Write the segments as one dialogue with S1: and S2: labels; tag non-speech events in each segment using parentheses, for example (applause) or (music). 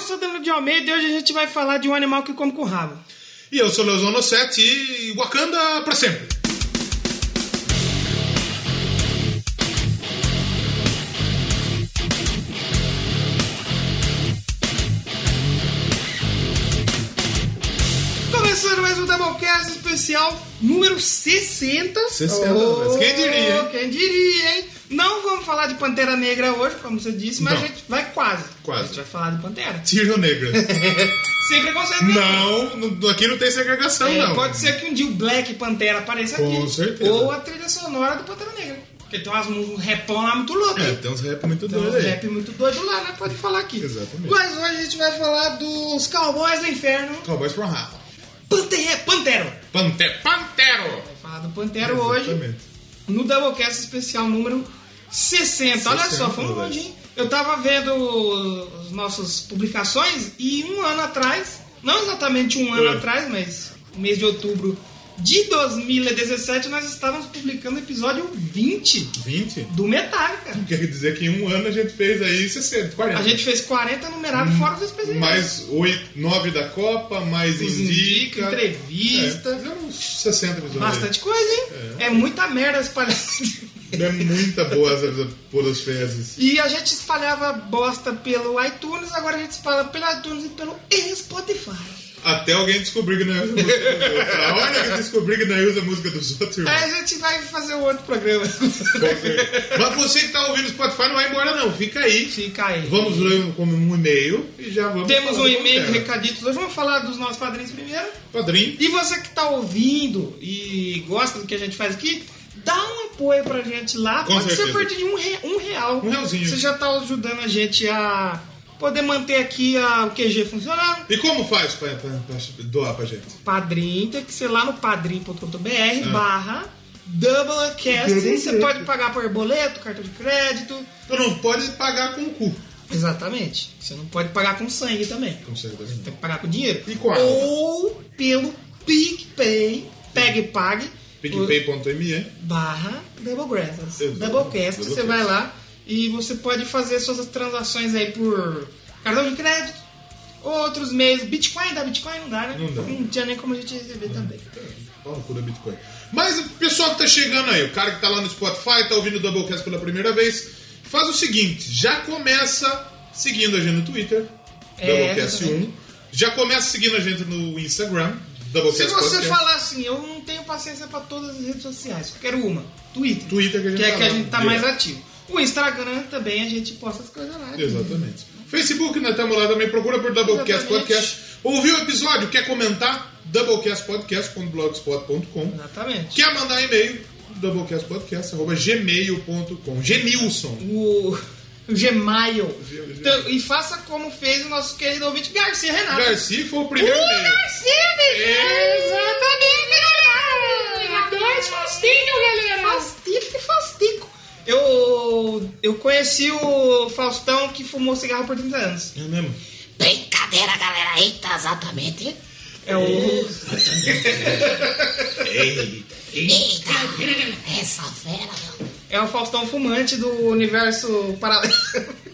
S1: sou Danilo de Almeida e hoje a gente vai falar de um animal que come com rabo.
S2: E eu sou Leozono 7 e Wakanda pra sempre.
S1: Começando mais um Doublecast especial número 60.
S2: 60, mas quem diria, hein?
S1: Quem diria, hein? Não vamos falar de Pantera Negra hoje, como você disse, mas
S2: Não.
S1: a gente vai quase.
S2: Quase.
S1: A gente vai falar de Pantera. (laughs)
S2: Tiro Negra.
S1: Sem preconceito nenhum.
S2: não, não- aqui não tem segregação,
S1: É,
S2: não.
S1: Pode ser que um dia o Black Pantera apareça
S2: Com
S1: aqui.
S2: certeza.
S1: Ou a trilha sonora do Pantera Negra. Porque tem umas, um repão lá muito louco.
S2: É,
S1: hein?
S2: tem uns rap muito
S1: Tem um
S2: doido aí.
S1: rap muito doido lá, né? Pode falar aqui.
S2: Exatamente.
S1: Mas hoje a gente vai falar dos Cowboys do Inferno.
S2: Cowboys from Rafa.
S1: Pantera, Pantero.
S2: Pantero. Pantero!
S1: Vai falar do Pantero hoje
S2: Exatamente.
S1: no Doublecast especial número 60. Olha
S2: 60,
S1: só, foi um
S2: moleque.
S1: longe, hein? Eu tava vendo as nossas publicações e um ano atrás, não exatamente um ano
S2: É.
S1: atrás, mas no mês de outubro de 2017, nós estávamos publicando o episódio 20
S2: 20?
S1: do Metallica.
S2: Quer dizer que em um ano a gente fez aí 60, 40.
S1: A gente fez 40 numerados fora os especiais.
S2: Hum, Mais 8, 9 da Copa, mais
S1: Os
S2: indica.
S1: indica, entrevista.
S2: É, fizeram uns 60 episódios.
S1: Bastante coisa, hein? É, muita merda espalhada.
S2: É muita boa essa por as fezes.
S1: E a gente espalhava bosta pelo iTunes, agora a gente espalha pelo iTunes e pelo Spotify.
S2: Até alguém descobrir que não é a música dos outros. A hora é que descobrir que não usa a música dos outros, irmão.
S1: Aí a gente vai fazer um outro programa. (laughs)
S2: Mas você que tá ouvindo o Spotify não vai embora não, fica aí.
S1: Fica aí.
S2: Vamos ler como um e-mail e já vamos.
S1: Temos
S2: falar
S1: um
S2: do
S1: e-mail,
S2: Pantera.
S1: recaditos. Hoje vamos falar dos nossos padrinhos primeiro.
S2: Padrinho.
S1: E você que tá ouvindo e gosta do que a gente faz aqui, dá um apoio pra gente lá.
S2: Com
S1: Pode ser a
S2: certeza.
S1: partir de um, re- um real.
S2: Um realzinho.
S1: Você já tá ajudando a gente a poder manter aqui a- o QG funcionando.
S2: E como faz pra, pra- pra doar pra gente?
S1: Padrim, tem que ser lá no padrim.com.br barra Doublecast. Você pode pagar por boleto, cartão de crédito.
S2: Tu não pode pagar com o cu.
S1: Exatamente. Você não pode pagar com sangue também.
S2: Com certeza.
S1: Tem que pagar com dinheiro.
S2: E com a alma.
S1: Ou pelo PicPay, pegue e pague,
S2: PicPay.me
S1: barra Doublecast.
S2: Exato.
S1: Doublecast, você
S2: Doublecast.
S1: vai lá e você pode fazer suas transações aí por cartão de crédito, outros meios. Bitcoin, dá Bitcoin? Não dá, né?
S2: Não dá.
S1: tinha nem como a gente receber também.
S2: Fala cura Bitcoin. Mas o pessoal que tá chegando aí, o cara que tá lá no Spotify, tá ouvindo o Doublecast pela primeira vez, faz o seguinte, já começa seguindo a gente no Twitter,
S1: É,
S2: Doublecast1,
S1: exatamente.
S2: já começa seguindo a gente no Instagram,
S1: Se
S2: Doublecast
S1: você
S2: Podcast,
S1: falar assim, eu não tenho paciência pra todas as redes sociais, eu quero uma, Twitter,
S2: Twitter que a gente
S1: que é
S2: tá
S1: que a
S2: lá,
S1: gente tá
S2: direto.
S1: mais ativo. O Instagram também a gente posta as coisas lá.
S2: Exatamente. Facebook, nós estamos lá também, procura por Doublecast
S1: Exatamente.
S2: Podcast. Ouviu o episódio, quer comentar? doublecastpodcast.blogspot.com
S1: Exatamente.
S2: Quer mandar e-mail? doublecastpodcast.gmail.com Genilson.
S1: O, o Gmail.
S2: Gmail.
S1: Então, e faça como fez o nosso querido ouvinte Garcia Renato.
S2: Garcia foi o
S1: O
S2: primeiro e-mail.
S1: Garcia, bicho!
S2: É.
S1: Exatamente! Dois fastinhos, galera! Fastico e fastico. Eu, eu conheci o Faustão que fumou cigarro por 30 anos.
S2: É mesmo?
S3: Brincadeira, galera. Eita, exatamente.
S1: É o.
S3: Eita, essa fera, meu.
S1: É o Faustão Fumante do universo paralelo. (laughs)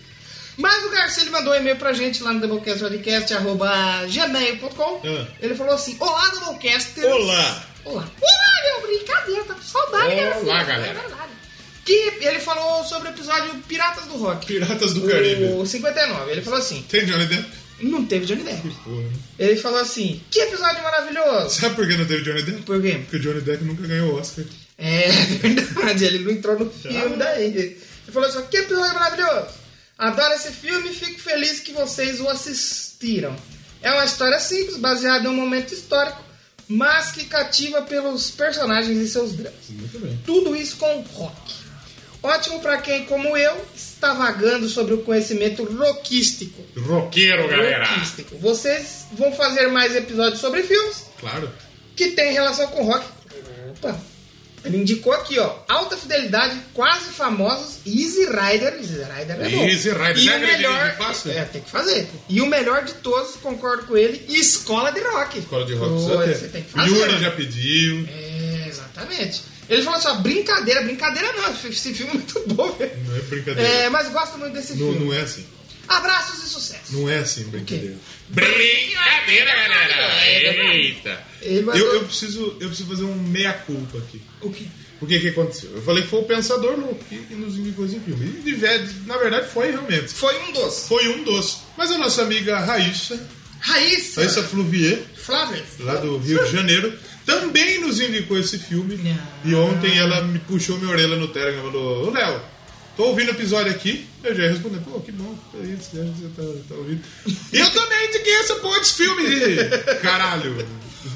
S1: Mas o Garcia ele mandou um e-mail pra gente lá no doublecastpodcast.gmail.com
S2: Ah.
S1: Ele falou assim, olá Doublecaster
S2: Olá!
S1: Olá Olá, meu, brincadeira, tá com saudade Garcia.
S2: Olá, galera.
S1: É verdade. Que ele falou sobre o episódio Piratas do Rock
S2: Piratas do Caribe.
S1: O 59, ele falou assim
S2: Tem Johnny Depp?
S1: Não teve Johnny Depp
S2: Porra.
S1: Ele falou assim, que episódio maravilhoso
S2: Sabe por que não teve Johnny Depp?
S1: Por quê?
S2: Porque o Johnny Depp nunca ganhou o Oscar.
S1: É (laughs) verdade, ele não entrou no filme daí. Ele falou assim: que episódio maravilhoso! Adoro esse filme e fico feliz que vocês o assistiram. É uma história simples, baseada em um momento histórico, mas que cativa pelos personagens e seus dramas.
S2: Muito bem.
S1: Tudo isso com rock. Ótimo para quem, como eu, está vagando sobre o conhecimento rockístico.
S2: Roqueiro, galera!
S1: rockístico. Vocês vão fazer mais episódios sobre filmes?
S2: Claro.
S1: que tem relação com rock. Opa. Ele indicou aqui, ó, alta fidelidade, quase famosos, Easy Rider. Easy Rider é bom.
S2: Easy Rider.
S1: E
S2: Não
S1: o
S2: é aquele
S1: melhor.
S2: que passa?
S1: É, tem que fazer. E o melhor de todos, concordo com ele, escola de rock.
S2: Escola de rock
S1: Pô,
S2: precisa
S1: você
S2: ter.
S1: tem que fazer.
S2: Yuri já pediu.
S1: É, exatamente. Ele falou assim, ó, brincadeira, brincadeira não. Esse filme é muito bom, velho.
S2: Não é brincadeira.
S1: É, mas gosto muito desse
S2: não,
S1: filme.
S2: não é assim.
S1: Abraços e sucesso.
S2: Não é assim, brincadeira.
S4: Brincadeira, galera! Eita!
S1: É, Ele mandou-
S2: Eu, eu preciso, eu preciso fazer um meia-culpa aqui.
S1: O quê?
S2: O que que aconteceu? Eu falei que foi o pensador louco que que nos indicou esse filme. E, de ve- na verdade, foi realmente.
S1: Foi um doce.
S2: Foi um doce. Mas a nossa amiga Raíssa,
S1: Raíssa.
S2: Raíssa Fluvier,
S1: Flávia.
S2: lá do Rio de Janeiro, também nos indicou esse filme.
S1: Ah.
S2: E ontem ela me puxou minha orelha no Telegram e falou: Ô Léo, tô ouvindo o episódio aqui. Eu já ia responder: pô, que bom, é isso, né? você tá, tá ouvindo. Eu também indiquei essa porra desse
S1: (laughs)
S2: filme, caralho.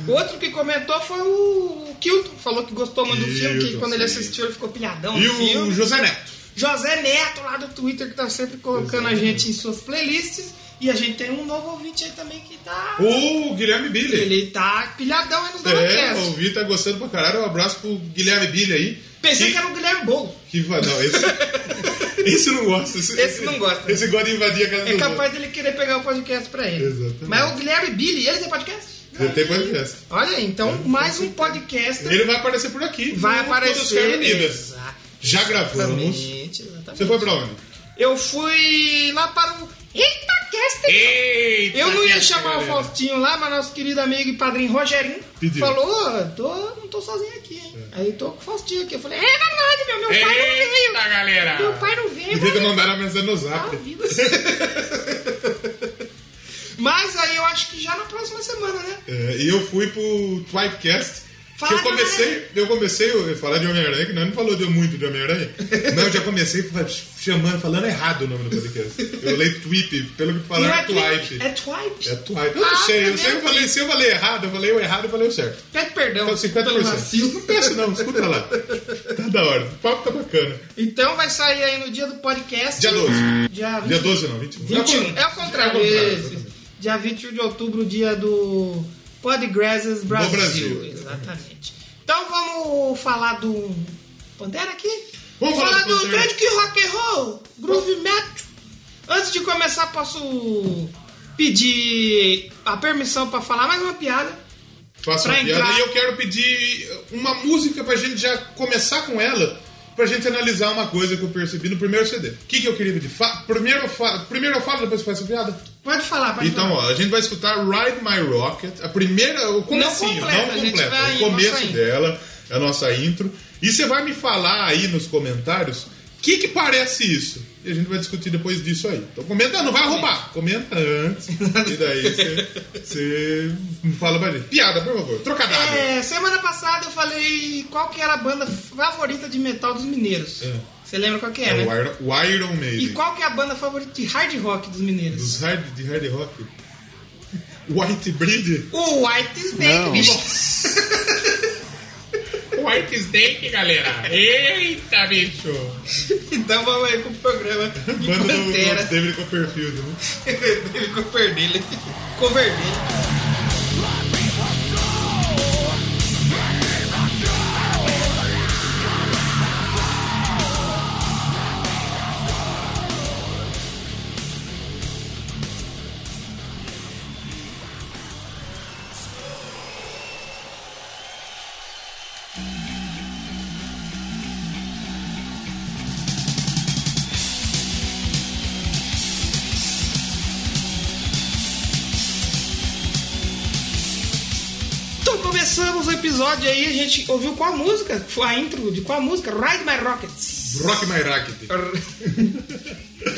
S1: O outro que comentou foi o o Kilton. Falou que gostou muito do filme, que
S2: Kilton,
S1: quando ele
S2: sim.
S1: assistiu ele ficou pilhadão
S2: E
S1: no É um filme.
S2: o José Neto.
S1: José Neto, lá do Twitter, que tá sempre colocando a gente em suas playlists. E a gente tem um novo ouvinte aí também que tá.
S2: O Guilherme Billy.
S1: Ele tá pilhadão aí nos
S2: É,
S1: Dorocast.
S2: ouvi, tá gostando pra caralho. Um abraço pro Guilherme Billy aí.
S1: Pensei que era o Guilherme Bolo.
S2: Que vai, não,
S1: (laughs)
S2: esse, esse não gosta. Esse,
S1: Esse não gosta.
S2: Esse gosta de invadir a casa
S1: É
S2: dos
S1: capaz dele querer pegar o podcast pra ele.
S2: Exatamente. É.
S1: Mas é o Guilherme Billy, ele tem podcast?
S2: outros. Ele tem podcast.
S1: Olha aí, então mais um podcaster
S2: É, Ele é vai aparecer por aqui.
S1: vai
S2: no Podosfera
S1: aparecer.
S2: Unidas.
S1: Exa-
S2: Já gravamos.
S1: Exatamente, exatamente.
S2: Você foi pra onde?
S1: Eu fui lá para o Itacast.
S4: Eita!
S1: Eu
S2: é
S1: não ia
S4: essa
S1: chamar o
S4: galera.
S1: Faustinho lá, mas nosso querido amigo e padrinho Rogerinho
S2: Pediu.
S1: falou: "Ô, tô, não tô sozinho aqui, hein? Aí tô com o Faustinho aqui. Eu falei: é verdade, meu, meu pai não veio.
S4: Eita, galera!
S1: Meu pai não veio.
S2: Devia ter
S1: mas-
S2: mandado a mensagem é no
S1: Ah,
S2: zap.
S1: vida. (laughs) Mas aí eu acho que já na próxima semana, né?
S2: É, e eu fui pro Twipecast. Que
S1: Fala
S2: eu
S1: de
S2: comecei, eu comecei a falar de Homem-Aranha, que nós não falou de- muito de Homem-Aranha.
S1: (laughs)
S2: Mas eu já comecei fa- chamando, falando errado o nome do podcast. Eu leio Twip, pelo que
S1: Não
S2: falaram,
S1: é
S2: Twipe.
S1: Twipe. É Twipe.
S2: É Twipe. Eu não
S1: Ah,
S2: sei, eu
S1: tá
S2: sei, eu
S1: vendo?
S2: falei, se eu falei errado, eu falei o errado, eu falei o certo.
S1: Pede perdão.
S2: Então,
S1: pelo
S2: 50%.
S1: vacilo.
S2: Não peço não, escuta lá. Tá da hora, o papo tá bacana.
S1: Então vai sair aí no dia do podcast.
S2: Dia 12.
S1: Dia,
S2: Dia 12 não, 21.
S1: 21. É o contrário. Esse.
S2: exatamente.
S1: Dia 21 de outubro, dia do Podgrazes Brasil.
S2: Brasil.
S1: Exatamente. Então vamos falar do Pantera aqui?
S2: Vamos falar do
S1: do,
S2: Pantera.
S1: Drake Rock and Roll, Groove Metal. Antes de começar, posso pedir a permissão para falar mais uma piada.
S2: Faça
S1: É, Pra
S2: uma piada.
S1: entrar.
S2: E eu quero pedir uma música pra gente já começar com ela, pra gente analisar uma coisa que eu percebi no primeiro CD. O que, que eu queria pedir? Fa- primeiro, eu fa- primeiro eu falo, depois eu faço a piada?
S1: Pode falar, pode
S2: então,
S1: falar.
S2: ó, a gente vai escutar Ride My Rocket, a primeira, o comecinho, não
S1: completa, a
S2: completa,
S1: gente vai aí,
S2: o começo
S1: nossa intro.
S2: dela, é a nossa intro. E você vai me falar aí nos comentários o que, que parece isso. E a gente vai discutir depois disso aí. Então comenta, não vai roubar. Comenta antes. e daí você- você fala pra gente. Piada, por favor. Trocadada.
S1: É, semana passada eu falei qual que era a banda favorita de metal dos mineiros.
S2: É.
S1: Você lembra qual que é,
S2: É
S1: né?
S2: o Iron, o Iron Maiden.
S1: E qual que é a banda favorita de hard rock dos mineiros?
S2: Dos hard, de hard rock. White Breed.
S1: O White Snake,
S5: Não.
S1: bicho.
S4: (laughs) White Snake, galera! Eita, bicho!
S1: Então vamos aí com o programa de
S2: Banda do, do
S1: Pantera.
S2: David Copperfield. Né?
S1: (laughs) Ele ficou perdendo, ele ficou vermelho. Então começamos o episódio aí, a gente ouviu qual música? Foi a intro de qual música? Ride My
S2: (laughs)
S1: Rockets.
S2: Rock My Rocket.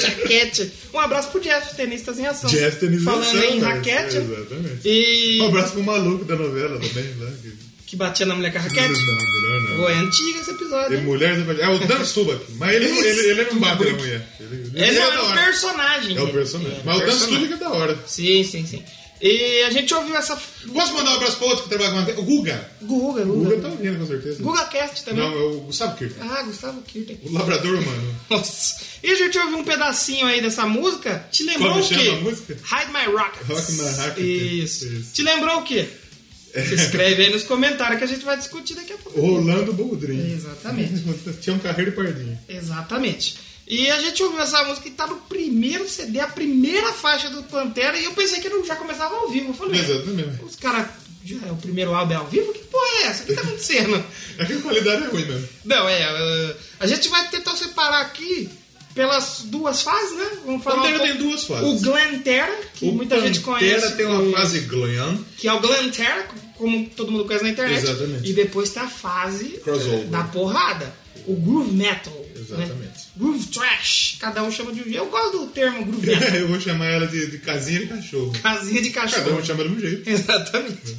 S1: Raquete. Um abraço pro Jeff, tenistas em ação.
S2: Jazz Tennis
S1: Falando em raquete.
S2: né? Exatamente.
S1: E
S2: Um abraço pro maluco da novela também, lá. que-
S1: que batia na mulher com a
S2: Não,
S1: raquete.
S2: melhor não.
S1: Pô, é antigo esse episódio.
S2: Tem
S1: hein?
S2: mulher. É o Dan Subak. Mas ele, ele, é ele não bate na mulher. Ele,
S1: Ele
S2: é
S1: é
S2: da
S1: um
S2: hora.
S1: personagem.
S2: É o personagem.
S1: É,
S2: Mas o Dan
S1: personagem.
S2: Subak é da hora.
S1: Sim, sim, sim. E a gente ouviu essa.
S2: Posso mandar um abraço pro outro que trabalha com a. O Guga.
S1: Guga,
S2: O Guga
S1: Guga.
S2: tá ouvindo, com certeza.
S1: Guga Cast também.
S2: Não, é o Gustavo Kirk.
S1: Ah, Gustavo Kirten.
S2: O labrador humano.
S1: Nossa. E a gente ouviu um pedacinho aí dessa música. Te lembrou
S2: Como
S1: o quê?
S2: chama a música?
S1: Hide My Rockets.
S2: Rock My Rockets.
S1: Isso.
S2: Isso.
S1: Te lembrou o quê? Se inscreve aí nos comentários que a gente vai discutir daqui a pouco.
S2: Rolando Boldrin.
S1: Exatamente.
S2: (laughs) Tinha um carreiro e pardinho.
S1: Exatamente. E a gente ouviu essa música que tá no primeiro CD, a primeira faixa do Pantera, e eu pensei que não já começava ao vivo. Eu falei,
S2: Exatamente.
S1: os caras. É o primeiro álbum é ao vivo? Que porra é essa? O que tá acontecendo? eh,
S2: É que a qualidade é ruim mesmo.
S1: Não, é. uh, a gente vai tentar separar aqui pelas duas fases, né? Vamos falar.
S2: Pantera
S1: um pouco-
S2: tem duas fases.
S1: O Glantera, que
S2: O
S1: muita gente
S2: Pantera
S1: conhece.
S2: tem
S1: como-
S2: uma fase glam.
S1: Que é o Glantera, como todo mundo conhece na internet.
S2: Exatamente.
S1: E depois tem a fase
S2: Crossover.
S1: da porrada. O groove metal. né?
S2: Exatamente.
S1: Groove trash. Cada um chama de um jeito. Eu gosto do termo groove metal. (laughs)
S2: (laughs) Eu vou chamar ela de, de casinha de cachorro.
S1: Casinha de cachorro.
S2: Cada um chama de um
S1: (laughs)
S2: jeito.
S1: Exatamente.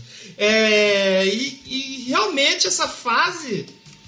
S1: É, e, e realmente essa fase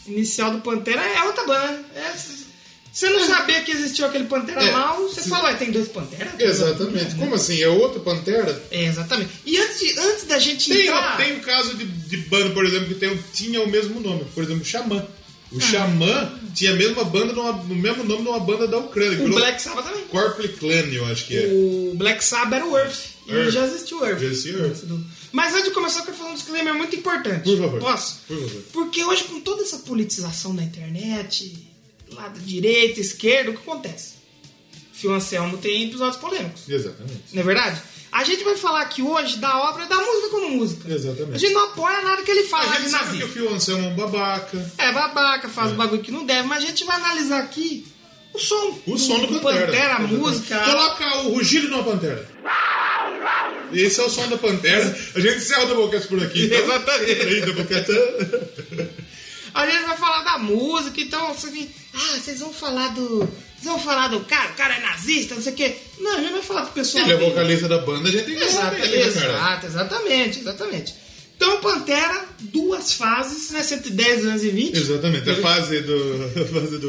S1: inicial do Pantera é outra banda. É, se você não sabia que existiu aquele Pantera
S2: É,
S1: mal, você
S2: se-
S1: fala, "Ah, tem dois Pantera?
S2: Exatamente. Como assim? É outra pantera?
S1: É, exatamente. E antes, de- antes da gente
S2: Tem,
S1: entrar...
S2: tem um caso de, de banda, por exemplo, que tem- um, tinha o mesmo nome. Por exemplo, Xamã. O Xamã tinha a mesma banda, numa- o mesmo nome de uma banda da Ucrânia. que
S1: O
S2: virou
S1: Black Sabbath também.
S2: Corple Clan, eu acho que um é.
S1: O Black Sabbath era o Earth. E
S2: Earth.
S1: já existiu o Earth.
S2: Já existiu o Earth.
S1: Mas antes de começar, eu quero fazer um disclaimer muito importante.
S2: Por favor.
S1: Posso?
S2: Por favor.
S1: Porque hoje, com toda essa politização da internet, lado direito, esquerdo, o que acontece? Fio Anselmo tem episódios polêmicos.
S2: Exatamente.
S1: Não é verdade? A gente vai falar aqui hoje da obra da música como música.
S2: Exatamente.
S1: A gente não apoia nada que ele fala
S2: A
S1: de
S2: gente sabe que
S1: nazismo.
S2: o Phil Anselmo é um babaca.
S1: É babaca, faz o bagulho que não deve, mas a gente vai analisar aqui o som.
S2: O som do Pantera.
S1: a música.
S2: Coloca o rugido de uma pantera. Esse é o som da pantera. A gente encerra o Doublecast por aqui. então.
S1: Exatamente.
S2: Aí, Doublecast.
S1: A gente vai falar da música, então você vem, ah, vocês vão falar do. Vocês vão falar do cara, o cara é nazista, não sei o quê. Não, a gente vai falar do pessoal.
S2: Ele é
S1: dele.
S2: vocalista da banda, a gente tem que falar
S1: Exato,
S2: dele, né, cara?
S1: exato, exatamente, exatamente. Então, Pantera, duas fases, né? 110 e 220.
S2: Exatamente. A fase do. A fase do.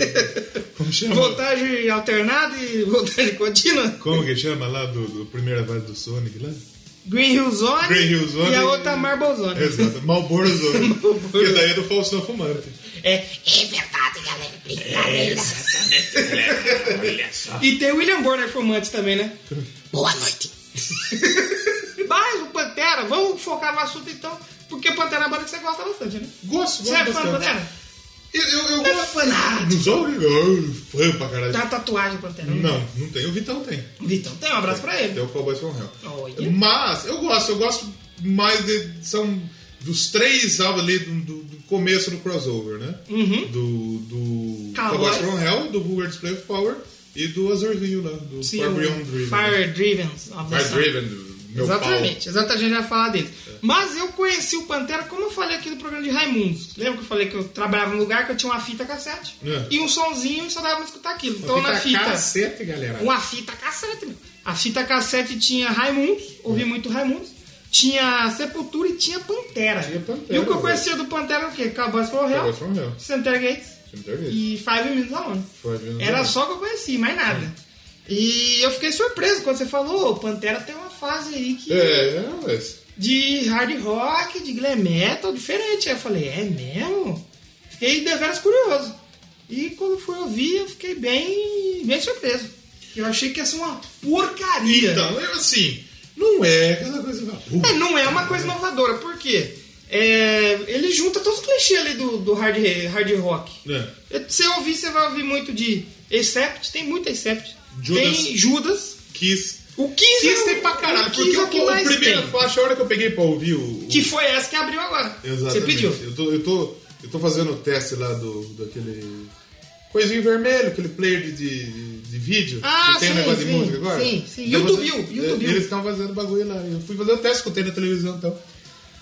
S2: Como chama?
S1: Voltagem alternada e (laughs) voltagem contínua.
S2: Como que chama lá do, do primeira fase do Sonic lá?
S1: Green Hill Zone.
S2: Green Hill Zone
S1: E a
S2: e-
S1: outra Marble Zone.
S2: Exato.
S1: (laughs)
S2: Malboro Zone.
S1: Marlboro.
S2: que daí é do Faustão Fumante.
S1: É.
S3: É verdade, galera. Brincadeira.
S4: Olha só.
S2: Ah.
S1: E tem o William Bonner fumante também, né? (laughs)
S3: Boa noite.
S1: Mas o Pantera, vamos focar no assunto então, porque Pantera é uma banda que você gosta bastante, né?
S2: Gosto, gosto
S1: Você é fã do
S2: bastante.
S1: Pantera?
S2: Eu, eu, eu
S1: Não é
S2: gosto.
S1: fanático.
S2: Não sou eu, fã pra caralho.
S1: Tem uma tatuagem do Pantera. né?
S2: Não, não tem. O Vitão tem.
S1: Vitão, tem um abraço pra ele.
S2: Tem o É, Cowboys from Hell.
S1: Olha.
S2: Mas eu gosto, eu gosto mais de. São dos três álbuns ali do, do- do começo do crossover, né?
S1: Uhum.
S2: Do, do
S1: Cowboys.
S2: Cowboys from Hell, do Who Display of Power e do Azure Hill, né? Do
S1: Sim,
S2: Fire
S1: o
S2: Beyond Driven.
S1: Fire Driven.
S2: Fire Driven, meu É.
S1: Exatamente, exatamente, a gente vai falar dele. Mas eu conheci o Pantera, como eu falei aqui no programa de Raimundos. Lembra que eu falei que eu trabalhava num lugar que eu tinha uma fita cassete
S2: É.
S1: e um sonzinho e só dava pra escutar aquilo.
S2: pau.
S1: Então
S2: Uma
S1: na
S2: fita
S1: fita.
S2: Cacete, galera.
S1: Uma fita cassete, meu. A fita cassete tinha Raimundos,
S2: É.
S1: ouvi muito Raimundos, tinha Sepultura e tinha Pantera.
S2: Tinha Pantera,
S1: e o que eu
S2: velho.
S1: conhecia do Pantera era o quê? Cowboys from Hell,
S2: Cowboys from Hell.
S1: Center Gates
S2: Cemitério
S1: e Five Minutes Alone.
S2: Gate.
S1: Era só que eu conheci, mais
S2: É.
S1: nada. E eu fiquei surpreso quando você falou, "Ô, Pantera tem uma fase aí que
S2: É, é, mas.
S1: de hard rock, de glam metal, diferente. Aí eu falei, é mesmo? Fiquei deveras curioso. E quando fui ouvir, eu fiquei bem, bem surpreso. Eu achei que ia ser uma porcaria.
S2: Então, eu assim, não é aquela coisa. Uh,
S1: É, não é uma coisa inovadora, por quê? É, ele junta todos os clichês ali do, do hard, hard rock.
S2: né?
S1: Se eu ouvir, você vai ouvir muito de Accept, tem muito Accept.
S2: Judas.
S1: Tem Judas.
S2: Kiss.
S1: O 15
S2: Kiss
S1: é
S2: tem
S1: o-
S2: pra
S1: o
S2: caralho,
S1: 15
S2: porque
S1: é
S2: o,
S1: o que
S2: o
S1: mais
S2: primeiro
S1: tem.
S2: faixa, a hora que eu peguei pra ouvir o. o-
S1: Que foi essa que abriu agora.
S2: Exatamente.
S1: Você pediu.
S2: Eu tô, eu tô, eu tô fazendo o teste lá do, daquele. Coisinho vermelho, aquele player de, de, de vídeo.
S1: Ah,
S2: que tem
S1: sim,
S2: um negócio
S1: sim,
S2: de música agora.
S1: sim, sim.
S2: Então,
S1: YouTube,
S2: você-
S1: YouTube.
S2: Eles estão fazendo bagulho lá. Eu fui fazer o teste que eu tenho na televisão então.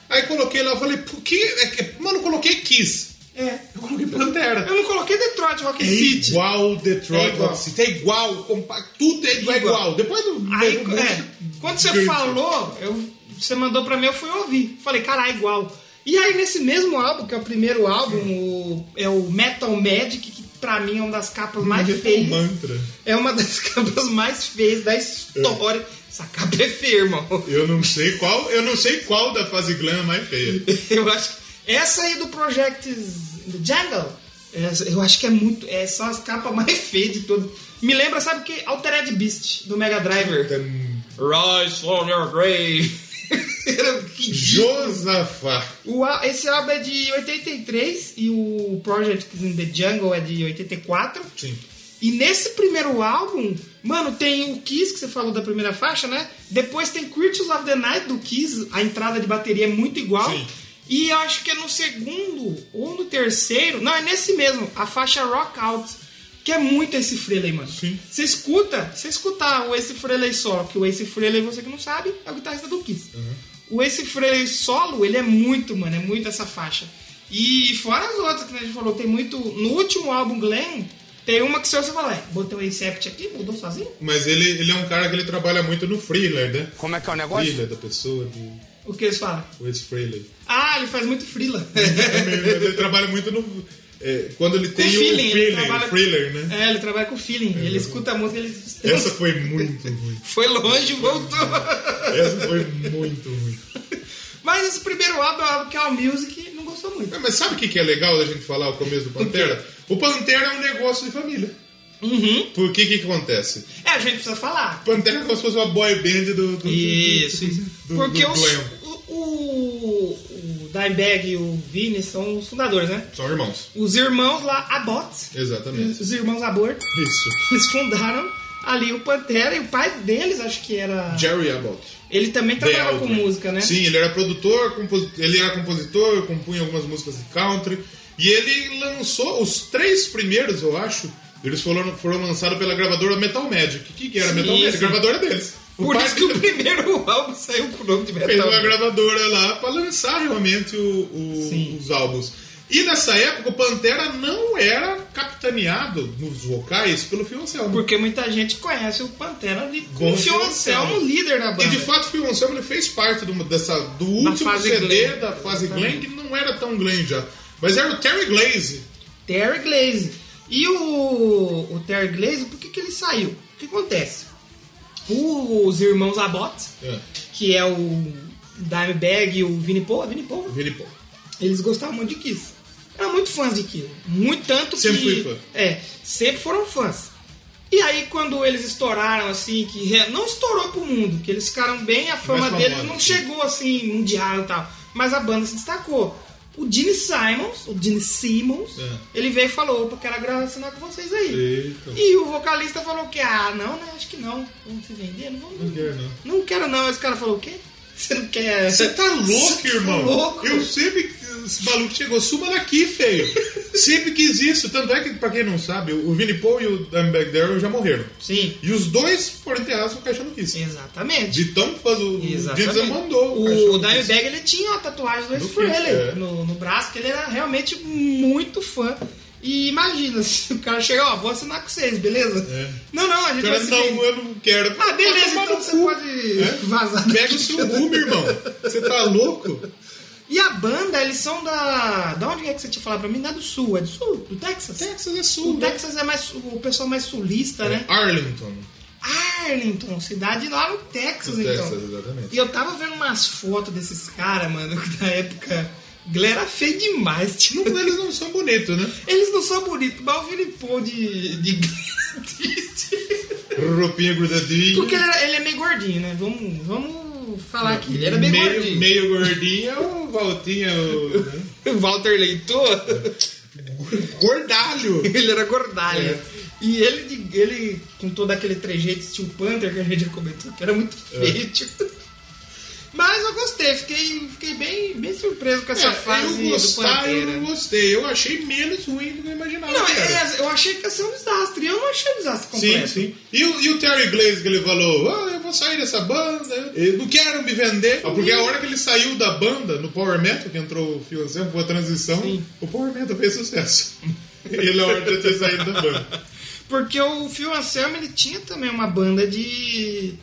S2: Aí coloquei lá, eu falei, por que. é que- Mano, eu coloquei Kiss.
S1: É.
S2: Eu coloquei Pantera.
S1: Eu não coloquei Detroit Rock
S2: É
S1: City.
S2: igual
S1: É
S2: Detroit
S1: igual.
S2: Rock City. É igual, compa- tudo é igual.
S1: Igual.
S2: Depois do.
S1: Aí,
S2: do-
S1: é, quando você
S2: Grande.
S1: falou, eu, você mandou pra mim, eu fui ouvir. Falei, cara, é igual. E aí, nesse mesmo álbum, que é o primeiro álbum, o- é o Metal Magic, que pra mim é uma das capas mais
S2: Metal
S1: feias.
S2: Mantra.
S1: É uma das (laughs) capas mais feias da história. Essa capa é feia, irmão. (laughs)
S2: Eu não sei qual, eu não sei qual da fase glam é mais feia.
S1: Eu acho que essa aí do Project do Jungle, essa- eu acho que é muito. É só as capas mais feias de todas. Me lembra, sabe o que? Altered Beast, do Mega Driver.
S2: Tem
S1: Rise from your grave. Era
S2: tipo?
S1: que
S2: Josafá.
S1: o, á- esse álbum é de 83 e o Project in the Jungle é de 84.
S2: Sim.
S1: E nesse primeiro álbum, mano, tem o Kiss, que você falou da primeira faixa, né? Depois tem Creatures of the Night do Kiss, a entrada de bateria é muito igual.
S2: Sim.
S1: E eu um acho que é no segundo ou no terceiro, não, é nesse mesmo, a faixa Rock Out, Que é muito esse Frehley, mano.
S2: Sim.
S1: Você escuta, você escutar o Ace Frehley solo, que o Ace Frehley, você que não sabe, é o guitarrista do Kiss. O Ace Frehley solo, ele é muito, mano, é muito essa faixa. E fora as outras que a gente falou, tem muito... No último álbum, Glenn, tem uma que se você falar, "É, botei o Acept aqui, mudou sozinho?
S2: Mas ele, ele é um cara que ele trabalha muito no thriller, né?
S5: Como é que é o negócio?
S2: Thriller da pessoa, de
S1: O que eles falam?
S2: Wes Frehley.
S1: Ah, ele faz muito frila.
S2: (laughs) Uhum. ele trabalha muito no. é, quando ele tem o
S1: feeling, ele
S2: thriller,
S1: trabalha-
S2: thriller, né?
S1: (laughs) É, ele trabalha com feeling. Ele escuta a música, ele
S2: Essa foi muito ruim.
S1: foi longe e voltou.
S2: Essa foi muito ruim.
S1: Mas esse primeiro álbum é um álbum que é o Music não gostou muito.
S2: Ah, Mas sabe o que que é legal da gente falar o começo do Pantera? O Pantera é um negócio de família.
S1: Uhum.
S2: Por que que acontece?
S1: É, a gente precisa falar.
S2: Pantera é como se fosse uma boy band do. do
S1: Isso, isso.
S2: do-
S1: Porque
S2: do
S1: os-
S2: glam.
S1: o, o, o Dimebag e o Vini são os fundadores, né?
S2: São irmãos.
S1: Os irmãos lá, Abbott,
S2: Exatamente.
S1: os irmãos Aborto,
S2: Isso.
S1: (laughs) eles fundaram ali o Pantera e o pai deles, acho que era...
S2: Jerry Abbott.
S1: Ele também
S2: The
S1: trabalhava com
S2: Aldrin.
S1: música, né?
S2: Sim, ele era produtor, compos- ele era compositor, compunha algumas músicas de country. E ele lançou os três primeiros, eu acho. Eles foram, foram lançados pela gravadora Metal Magic. O que, que era
S1: Sim,
S2: Metal Magic?
S1: sim.
S2: Gravadora deles. O
S1: Por
S2: pai
S1: isso que o
S2: dele
S1: primeiro (laughs) álbum saiu com o nome de
S2: fez
S1: metal.
S2: uma gravadora lá pra lançar realmente o- o-
S1: Sim.
S2: os álbuns. E nessa época o Pantera não era capitaneado nos vocais pelo Phil Anselmo.
S1: Porque muita gente conhece o Pantera de
S2: Bom
S1: com o Phil
S2: Phil
S1: Anselmo,
S2: Anselmo.
S1: líder da banda.
S2: E de fato o Phil Anselmo ele fez parte do, dessa, do último
S1: fase
S2: CD
S1: Glenn.
S2: da fase Glenn,
S1: Exatamente.
S2: que não era tão Glenn já. Mas era o Terry Glaze.
S1: Terry Glaze. E o, o Terry Glaze, por que, que ele saiu? O que acontece? O- os irmãos Abbott,
S2: É,
S1: que é o Dimebag e o Vinnie Paul, é Vinnie Paul, né?
S2: Vinnie Paul.
S1: eles gostavam muito de Kiss. Eram muito fãs de Kiss. Muito tanto
S2: Sempre
S1: que...
S2: fui fã.
S1: É, sempre foram fãs. E aí quando eles estouraram, assim, que re- não estourou pro mundo, que eles ficaram bem, a fama
S2: famosa,
S1: deles não
S2: sim.
S1: chegou, assim, mundial e tal. Mas a banda se destacou. O Gene Simons, o Gene Simmons,
S2: É.
S1: ele veio e falou, opa, quero agra- assinar com vocês aí.
S2: Eita.
S1: E o vocalista falou que, ah, não, né, acho que não. Vamos se vender? Não, vamos,
S2: Não quero, não.
S1: Não quero não. Esse cara falou, o quê? Você não quer...
S2: Você tá louco,
S1: Você tá
S2: irmão?
S1: louco?
S2: Eu sempre que esse maluco chegou, suba daqui, feio. sempre quis isso. Tanto é que, pra quem não sabe, o Vinnie Paul e o Dan Back Darrell já morreram.
S1: Sim.
S2: E os dois foram enterrados com o caixão do Kiss.
S1: Exatamente.
S2: De tão fãs, o
S1: Exatamente.
S2: James mandou.
S1: O,
S2: caixão do Kiss.
S1: Dimebag ele tinha uma tatuagem do
S2: Do
S1: Ace
S2: Kiss,
S1: Frehley
S2: é.
S1: no, no braço, que ele era realmente muito fã. E imagina, (laughs) se o cara chega, ó, vou assinar com vocês, beleza?
S2: É.
S1: Não, não, a
S2: O
S1: gente
S2: cara,
S1: vai se
S2: não,
S1: vender.
S2: eu não quero.
S1: assim. Ah, beleza,
S2: Vai tomar
S1: então
S2: no
S1: você
S2: cu.
S1: pode
S2: É?
S1: vazar.
S2: Pega o seu rumo, irmão. Você tá louco?
S1: E a banda, eles são da. Da onde é que você tinha falado pra mim? Da do sul, é do sul? Do Texas?
S2: Texas é
S1: O
S2: sul. né?
S1: Texas é mais o pessoal mais sulista, né?
S2: Arlington.
S1: Arlington, cidade lá no
S2: do
S1: Texas, então.
S2: Texas, exatamente.
S1: E eu tava vendo umas fotos desses caras, mano, (laughs) que na época. Galera feio demais,
S2: Não,
S1: tipo.
S2: eles não são bonitos, né?
S1: Eles não são bonitos, mas o Filipão de. de... de-
S2: Roupinha grudadinha.
S1: Porque ele, era- ele é meio gordinho, né? Vamos, vamos falar aqui. Ele era é bem
S2: meio,
S1: gordinho.
S2: Meio gordinho é o Valtinha, o... né?
S1: Walter Leitor, (laughs)
S2: Gordalho.
S1: ele era gordalho.
S2: É.
S1: E ele, de- ele, com todo aquele trejeito estilo Panther que a gente já comentou, que era muito
S2: É.
S1: feio. tipo. Mas eu gostei, fiquei, fiquei bem, bem surpreso com
S2: É,
S1: essa fase
S2: eu
S1: do
S2: gostar, eu
S1: Pantera.
S2: não gostei. Eu achei menos ruim do que eu imaginava.
S1: Não,
S2: cara.
S1: é, eu achei que ia ser um desastre. Eu não achei um desastre
S2: Sim,
S1: completo.
S2: sim. E o, e o Terry Glaze que ele falou, ah, eu vou sair dessa banda, eu não quero me vender. Ah, porque a hora que ele saiu da banda, no Power Metal, que entrou o Phil Anselmo, foi a transição,
S1: Sim.
S2: o Power Metal fez
S1: (laughs)
S2: sucesso. ele é a hora de ter saído da banda.
S1: Porque o Phil Anselmo, ele tinha também uma banda de...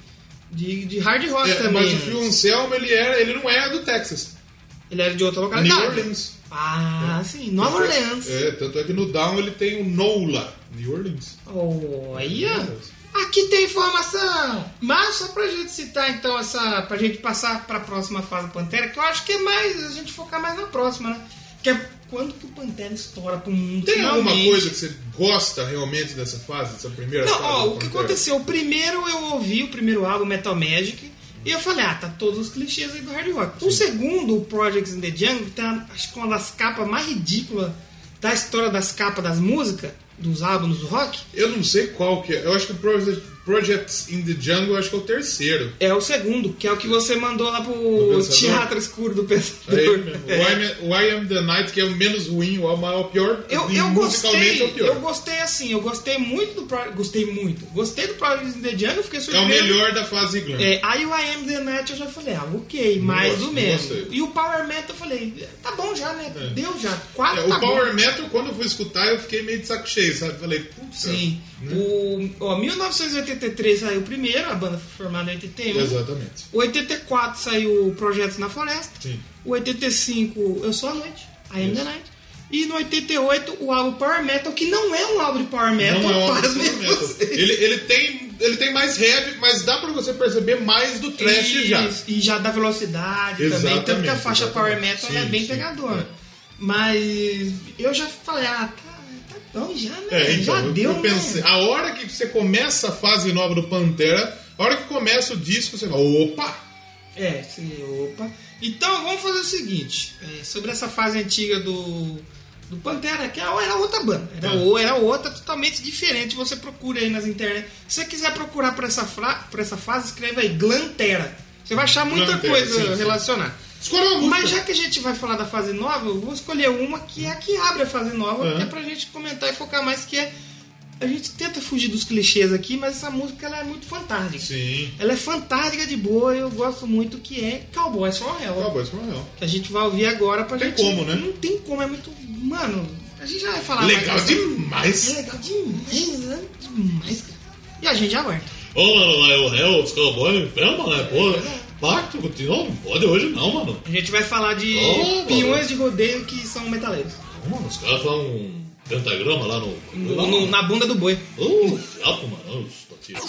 S1: De, de hard rock
S2: É,
S1: também.
S2: mas o
S1: né?
S2: Phil Anselmo, ele, era, ele não era do Texas, é
S1: Ele era de outra
S2: New
S1: localidade.
S2: Orleans.
S1: Ah, sim. Nova Orleans.
S2: É, tanto é que no Down ele tem o Nola, New Orleans.
S1: Olha! Aqui tem informação! Mas só pra gente citar então essa. pra gente passar pra próxima fase do Pantera, que eu acho que é mais. a gente focar mais na próxima, né? Que é quando que o Pantera estoura pro mundo.
S2: Tem alguma
S1: finalmente.
S2: coisa que você gosta realmente dessa fase, dessa primeira
S1: Não,
S2: fase?
S1: ó,
S2: do
S1: o que
S2: Pantera?
S1: aconteceu? O primeiro eu ouvi o primeiro álbum Metal Magic e eu falei, ah, tá todos os clichês aí do hard rock. O segundo, o Projects in the Jungle, tem acho que é uma das capas mais ridículas da história das capas das músicas, dos álbuns do rock.
S2: Eu não sei qual que é. Eu acho que o Project, Projects in the Jungle, acho que é o terceiro.
S1: É o segundo, que é o que você mandou lá
S2: Do
S1: pro
S2: Pensador?
S1: Teatro Escuro do
S2: É ele
S1: Pensador. (laughs)
S2: mesmo.
S1: É.
S2: Why, Am- Why Am the Night, que é o menos ruim, o maior, o pior.
S1: Eu,
S2: e
S1: eu
S2: musicalmente
S1: gostei,
S2: é o pior.
S1: eu gostei assim, eu gostei muito do Pro... Gostei muito. Gostei do Project in the Jungle, fiquei
S2: É o
S1: surpreso.
S2: melhor da fase glam.
S1: É, aí o I Am The Night eu já falei, ah, ok, mais
S2: gosto,
S1: do
S2: não
S1: mesmo.
S2: gostei.
S1: E o Power Metal eu falei, tá bom já, né?
S2: É.
S1: Deu já, quase
S2: É,
S1: tá
S2: o Power
S1: bom.
S2: Metal, quando eu fui escutar, eu fiquei meio de saco cheio, sabe? Falei, putz.
S1: Sim.
S2: né?
S1: O, ó, 1983 saiu o primeiro, a banda foi formada em 81.
S2: Exatamente.
S1: O 84 saiu o Projetos na Floresta.
S2: Sim.
S1: O 85, Eu Sou a Noite, I Am The Night. E no 88, o álbum Power Metal, que não é um álbum de Power Metal,
S2: não
S1: (laughs)
S2: é um
S1: pasmem
S2: Power Metal.
S1: vocês.
S2: Ele, ele, tem, ele tem mais heavy, mas dá pra você perceber mais do trash
S1: e,
S2: já.
S1: E já dá velocidade também. Tanto que a
S2: Exatamente,
S1: faixa Power
S2: exatamente.
S1: Metal ela é
S2: Sim,
S1: bem
S2: sim,
S1: pegadora.
S2: é.
S1: Mas eu já falei, ah, tá, tá bom já, né?
S2: É, então,
S1: já
S2: eu,
S1: deu,
S2: eu pensei,
S1: né?
S2: a hora que você começa a fase nova do Pantera, a hora que começa o disco, você fala, opa!
S1: É, sim, opa. Então vamos fazer o seguinte: é, sobre essa fase antiga do, do Pantera, que era outra banda, era,
S2: É.
S1: ou- era outra totalmente diferente. Você procura aí nas internet. Se você quiser procurar por essa, fra- por essa fase, escreva aí Glantera. Você vai achar muita
S2: Glantera,
S1: coisa
S2: sim, sim.
S1: relacionada.
S2: Escolha uma música.
S1: Mas já que a gente vai falar da fase nova, eu vou escolher uma que é a que abre a fase nova,
S2: Aham.
S1: que é pra gente comentar e focar mais, que é. A gente tenta fugir dos clichês aqui, mas essa música ela é muito fantástica.
S2: Sim.
S1: Ela é fantástica de boa e eu gosto muito que é Cowboys from Hell.
S2: Cowboys from Hell.
S1: Que a gente vai ouvir agora pra
S2: Tem
S1: gente.
S2: como, né?
S1: Não tem como, é muito. Mano, a gente já vai falar
S2: Legal
S1: mais.
S2: demais!
S1: Legal demais, né? demais, cara. E a gente aguarda.
S2: Ô, mano, é o Cowboys from Hell, né? Pô, pacto, continua, não pode hoje não, mano.
S1: A gente vai falar de
S2: Oh,
S1: peões de rodeio que são metaleiros.
S2: Mano, os caras falam um pentagrama lá no...
S1: No- no- na bunda do boi.
S2: Ô, fiapo, mano, os patinhos.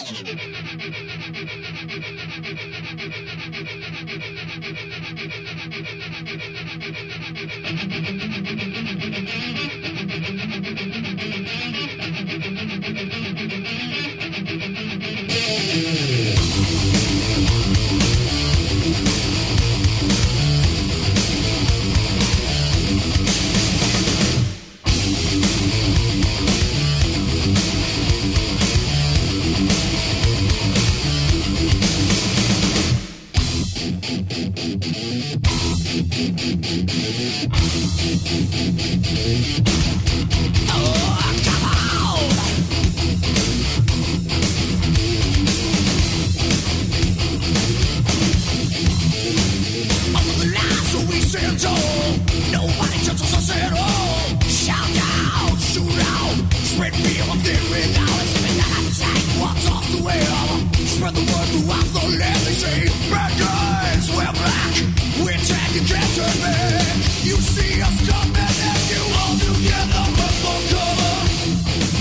S5: Nobody touches us at all. Shout out, shoot out, spread fear of theory now. It's been a attack, what's off the wheel? Spread the word throughout the land. They say, bad guys, we're black. We're tag, you can't turn back. You see us coming and you all together run for cover.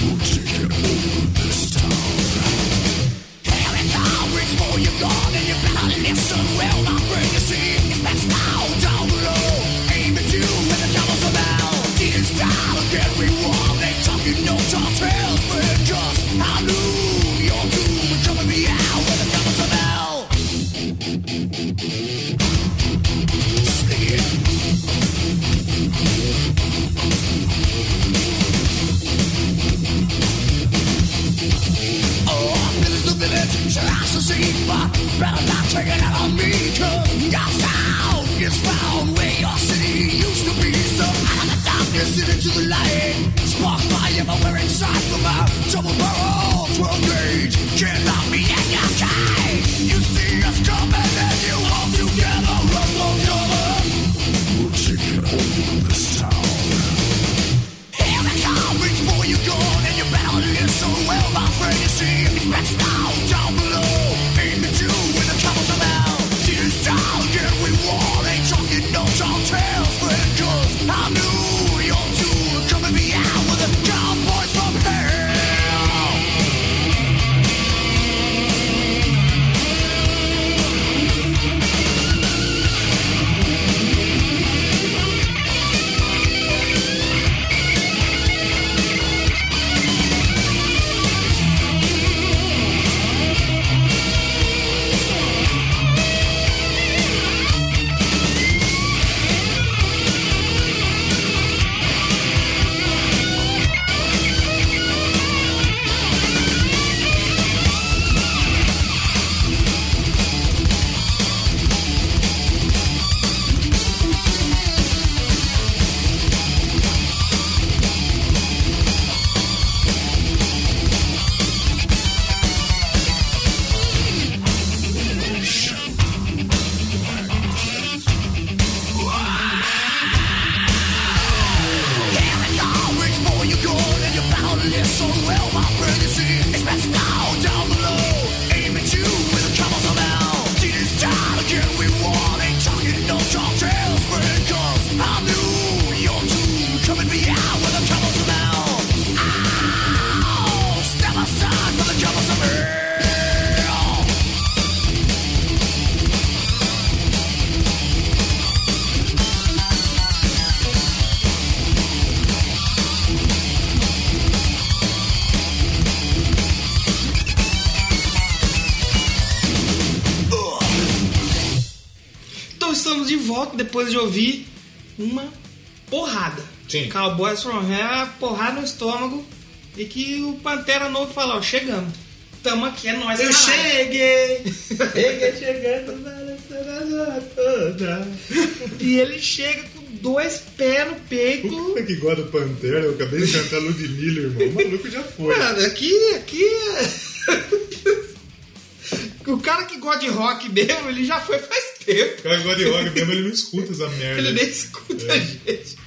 S5: We'll take it over this town. Here and now, it's for you gone and you better listen well. My brain is seeing it's best now, down below. Aim at you when the devil's about. Demons battle, get me wrong. They talking no tall tales, but just how new your doom is coming me out when the devil's about. Sing it. Oh, I'm finished the village, shall I succeed? But better not take it out on me, cause your sound is found where your city used to be. So out of the darkness and into the light, sparks by everywhere inside from a double barrel 12 gauge. Cannot be at your time. You see us coming and you all together run for cover. We'll take it over this town. Here it comes, reach for your gun and your barrel is so well my friend you see it's best now down below Aim at you with the covers of hell See this town, get we war Ain't talking no tall tales Friend, cause I knew your tool
S1: Então estamos de volta depois de ouvir uma porrada.
S6: Sim.
S1: Cowboys from Hell, é uma porrada no estômago e que o Pantera Novo fala, ó, chegamos. Tamo aqui, é nóis.
S6: Eu
S1: caralho.
S6: cheguei!
S1: Chega chegando na zona toda. tipo, E ele chega com dois pés no
S2: O
S1: peito.
S2: cara que gosta do Pantera, eu acabei de cantar Ludmilla, irmão. O maluco já foi.
S1: Mano, aqui, aqui. é- (laughs) O cara que gosta de rock mesmo, ele já foi faz tempo.
S2: O cara que gosta de rock mesmo, ele não escuta essa merda.
S1: Ele nem
S2: é.
S1: escuta a gente.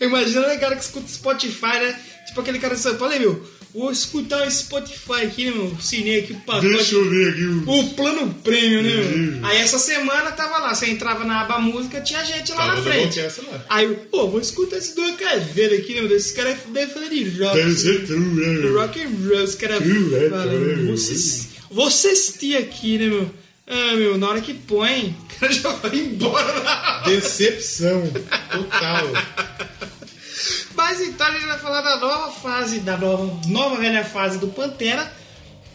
S1: Imagina o cara que escuta Spotify, né? Tipo aquele cara de São Paulo, "Ei, meu, vou escutar o Spotify aqui, meu. Assinei aqui o pacote.
S2: Deixa eu ver aqui o.
S1: O plano prêmio, né?
S2: Uhum.
S1: meu? Aí essa semana tava lá, você entrava na aba música, tinha gente lá
S2: Tava
S1: na
S2: dando
S1: frente.
S2: essa lá.
S1: Aí eu, pô, vou escutar esses dois caveiros aqui, né? meu? Esses caras devem falar de rock.
S2: Deve ser true, né?
S1: Do
S2: meu?
S1: rock and roll, os caras
S2: True, é, true,
S1: falam,
S2: é,
S1: vocês. Vocês têm aqui, né, meu? Ah, meu, na hora que põe, (laughs) o cara já vai embora lá.
S2: Decepção total.
S1: Mas então a gente vai falar da nova fase, da nova, nova velha fase do Pantera,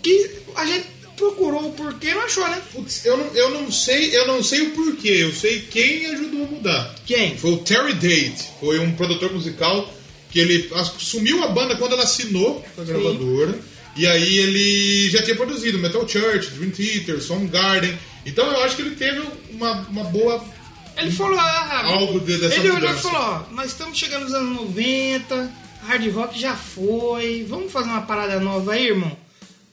S1: que a gente procurou o porquê e não achou, né?
S2: Putz, eu não, eu não sei, eu não sei o porquê, eu sei quem ajudou a mudar.
S1: Quem?
S2: Foi o Terry Date, foi um produtor musical que ele assumiu a banda quando ela assinou com a gravadora. E aí ele já tinha produzido Metal Church, Dream Theater, Soundgarden. Então eu acho que ele teve uma, uma boa.
S1: Ele falou, ah,
S2: Algo de- dessa
S1: Ele olhou e
S2: mudança.
S1: falou, ó, nós estamos chegando nos anos 90, hard rock já foi, vamos fazer uma parada nova aí, irmão?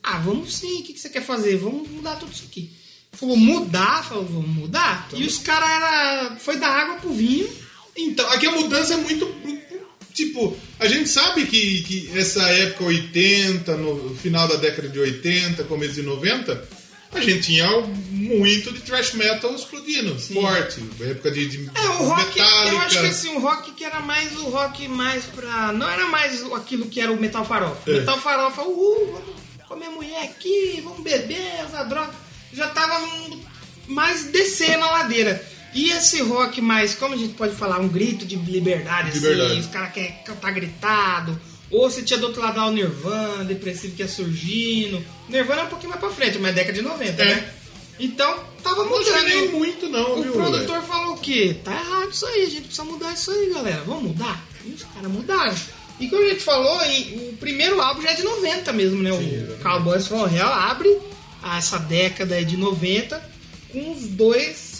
S1: Ah, vamos sim, o que, que você quer fazer? Vamos mudar tudo isso aqui. Falou, mudar? Falou, vamos mudar. e os caras era. Foi da água pro vinho.
S2: Então, aqui a mudança é muito. Tipo, a gente sabe que, que essa época 80, no final da década de 80, começo de 90, a gente tinha muito de thrash metal explodindo, forte. Época de, de
S1: É, o rock, eu
S2: Metallica.
S1: acho que assim, o rock que era mais o rock mais pra. Não era mais aquilo que era o metal farofa.
S2: É.
S1: Metal farofa, uhul, vamos comer mulher aqui, vamos beber, usar droga. Já tava um- mais descendo a ladeira. E esse rock mais, como a gente pode falar, um grito de liberdade, assim,
S2: Liberdade.
S1: os caras querem cantar gritado. Ou você tinha do outro lado lá o Nirvana, depressivo que ia surgindo. Nirvana é um pouquinho mais pra frente, mas é década de 90,
S2: É.
S1: né? Então, tava
S2: Não
S1: mudando.
S2: acho
S1: hein?
S2: muito, não,
S1: né? O
S2: viu?
S1: produtor falou o quê? Tá errado isso aí, a gente precisa mudar isso aí, galera. Vamos mudar? E os caras mudaram. E como a gente falou, e o primeiro álbum já é de 90 mesmo, né? o Cowboys from Hell abre essa década aí de 90 com os dois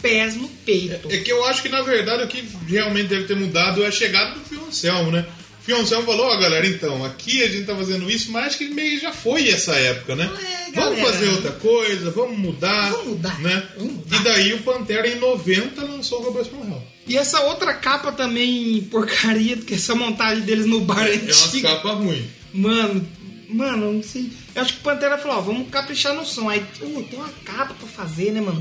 S1: pés no peito.
S2: É que eu acho que, na verdade, o que realmente deve ter mudado é a chegada do Fio Anselmo, né? O Fio Anselmo falou, ó, galera, então, aqui a gente tá fazendo isso, mas acho que meio já foi essa época, né?
S1: É,
S2: vamos
S1: galera.
S2: fazer outra coisa, vamos mudar.
S1: Vamos mudar,
S2: Né?
S1: vamos mudar.
S2: E daí o Pantera, em 90, lançou o Roberto Morrel.
S1: E essa outra capa também porcaria, porque essa montagem deles no bar é
S2: É uma
S1: antiga.
S2: capa ruim.
S1: Mano, mano, eu não sei. Eu acho que o Pantera falou, ó, vamos caprichar no som. Aí, uh, tem uma capa pra fazer, né, mano?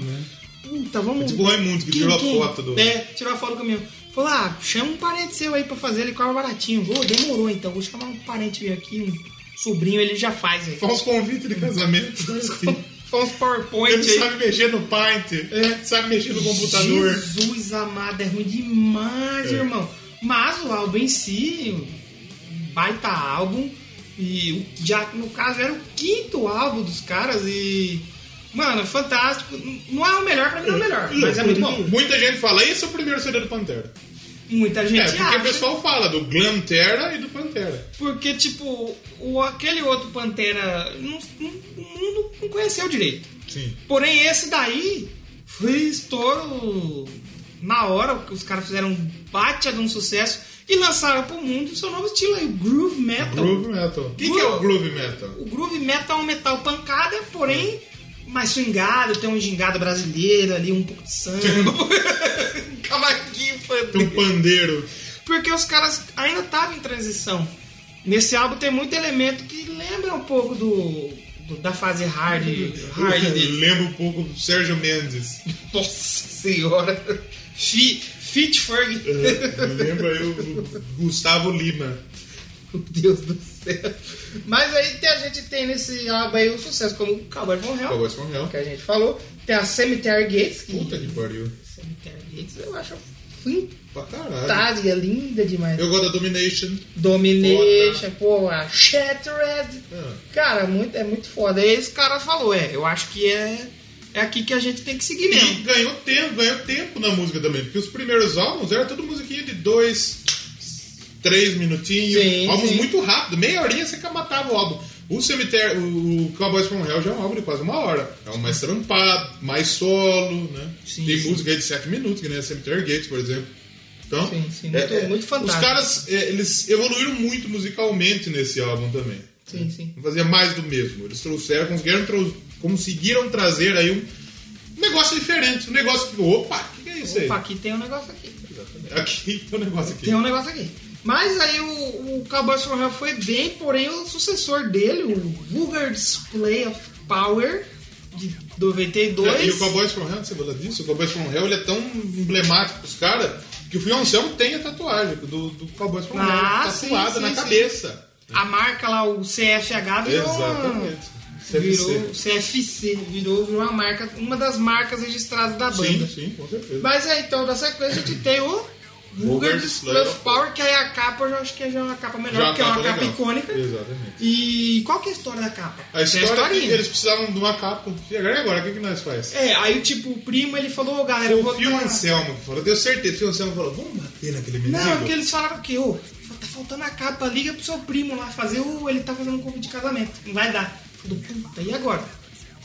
S1: Puta, vamos.
S2: É tipo o Raimundo que tirou a foto do-
S1: É, tirou a foto do caminhão. Falou, ah, chama um parente seu aí pra fazer, ele cobra baratinho. Ô, demorou então, vou chamar um parente meu aqui, um sobrinho, ele já faz aí.
S2: Faz uns convites de (laughs) casamento. assim.
S1: Foi uns PowerPoint
S2: Ele
S1: aí.
S2: sabe mexer no Paint,
S1: É.
S2: sabe mexer no computador.
S1: Jesus amado, é ruim demais,
S2: É.
S1: irmão. Mas o álbum em si, um baita álbum. E o- já, no caso, era o quinto álbum dos caras e. Mano, é fantástico. N- Não é o melhor, pra mim não é o melhor, mas é muito bom.
S2: Muita gente fala, esse é o primeiro CD do Pantera.
S1: Muita gente
S2: É, porque
S1: acha.
S2: o pessoal fala do Glamterra e do Pantera.
S1: Porque, tipo, o, aquele outro Pantera, não, não, o mundo não conheceu direito.
S2: Sim.
S1: Porém, esse daí foi estouro na hora, porque os caras fizeram um baita de um sucesso e lançaram pro mundo o seu novo estilo aí, o Groove Metal.
S2: Groove Metal. O que, que é o Groove Metal?
S1: O Groove Metal é um metal pancada, porém mais swingado, tem um gingado brasileiro ali, um pouco de sangue,
S2: (laughs)
S1: um cavaquinho
S2: Tem um pandeiro.
S1: porque os caras ainda estavam em transição. Nesse álbum tem muito elemento que lembra um pouco do, do- da fase hard,
S2: Uhum.
S1: hard deles.
S2: (laughs) Lembra um pouco do Sérgio Mendes.
S1: Nossa senhora! Fi- Fit Ferg!
S2: É, Lembra eu o Gustavo Lima.
S1: Meu Deus do céu! Mas aí tem- a gente tem nesse álbum aí o sucesso, como o Cowboy Von Hell,
S2: Cowboy from Hell.
S1: que a gente falou. Tem a Cemetery Gates, que.
S2: Puta que pariu.
S1: Cemetery Gates eu acho
S2: Pra caralho.
S1: fantástica, linda demais.
S2: Eu gosto da Domination.
S1: Domination, pô, a Shattered.
S2: É.
S1: Cara, muito, é muito foda. E esse cara falou, é, eu acho que é é aqui que a gente tem que seguir
S2: E
S1: mesmo.
S2: ganhou tempo, ganhou tempo na música também, porque os primeiros álbuns eram tudo musiquinha de dois, três minutinhos,
S1: Sim,
S2: álbuns
S1: sim.
S2: muito rápido, meia horinha você matava o álbum. O cemitério, o, o Cowboys from Hell já é um álbum de quase uma hora. É um mais trampado, mais solo, né?
S1: Sim,
S2: Tem
S1: sim.
S2: música aí de sete minutos, que nem a Cemetery Gates, por exemplo. Então,
S1: Sim, sim, muito- muito fantástico.
S2: Os caras, é, eles evoluíram muito musicalmente nesse álbum também.
S1: Sim, sim.
S2: Não fazia mais do mesmo. Eles trouxeram, conseguiram, trou- conseguiram trazer aí um negócio diferente. Um negócio que. Opa, o que, que é isso
S1: Opa, aqui tem um negócio aqui.
S2: aí? Aqui (laughs) tem um negócio aqui.
S1: Tem um negócio aqui. Mas aí o, o Cowboys from Hell foi bem, porém o sucessor dele, o Vulgar Display of Power, de 92.
S2: É, E o Cowboys from Hell, você fala disso? O Cowboys from Hell ele é tão emblemático pros caras que o Fio Anselmo tem a tatuagem do, do Cowboys from
S1: Ah,
S2: Hell.
S1: sim,
S2: Tatuada
S1: sim,
S2: na
S1: sim.
S2: cabeça.
S1: A marca lá, o CFH, virou uma-
S2: Exatamente.
S1: Virou
S2: CFC.
S1: CFC, virou, virou uma marca, uma das marcas registradas da banda.
S2: Sim, sim, com certeza.
S1: Mas é, então, da sequência a gente tem o Vulgar Display of Power, que aí a capa eu já acho que já é uma capa melhor,
S2: Já
S1: porque é
S2: tá
S1: uma capa
S2: legal.
S1: icônica.
S2: Exatamente.
S1: E qual que é a história da capa?
S2: A história,
S1: tem a
S2: é que
S1: historinha.
S2: eles precisavam de uma capa. E agora, e agora o que, que nós faz?
S1: É, aí tipo, o primo ele falou, ô galera, eu
S2: Foi
S1: vou
S2: o Fio
S1: dar-
S2: Anselmo que falou, eu tenho certeza. O Fio Anselmo falou, vamos bater naquele menino.
S1: Não, porque eles falaram que, ô, tá faltando a capa, liga pro seu primo lá fazer o. Ele tá fazendo um convite de casamento. Não vai dar. Falei, puta, e agora?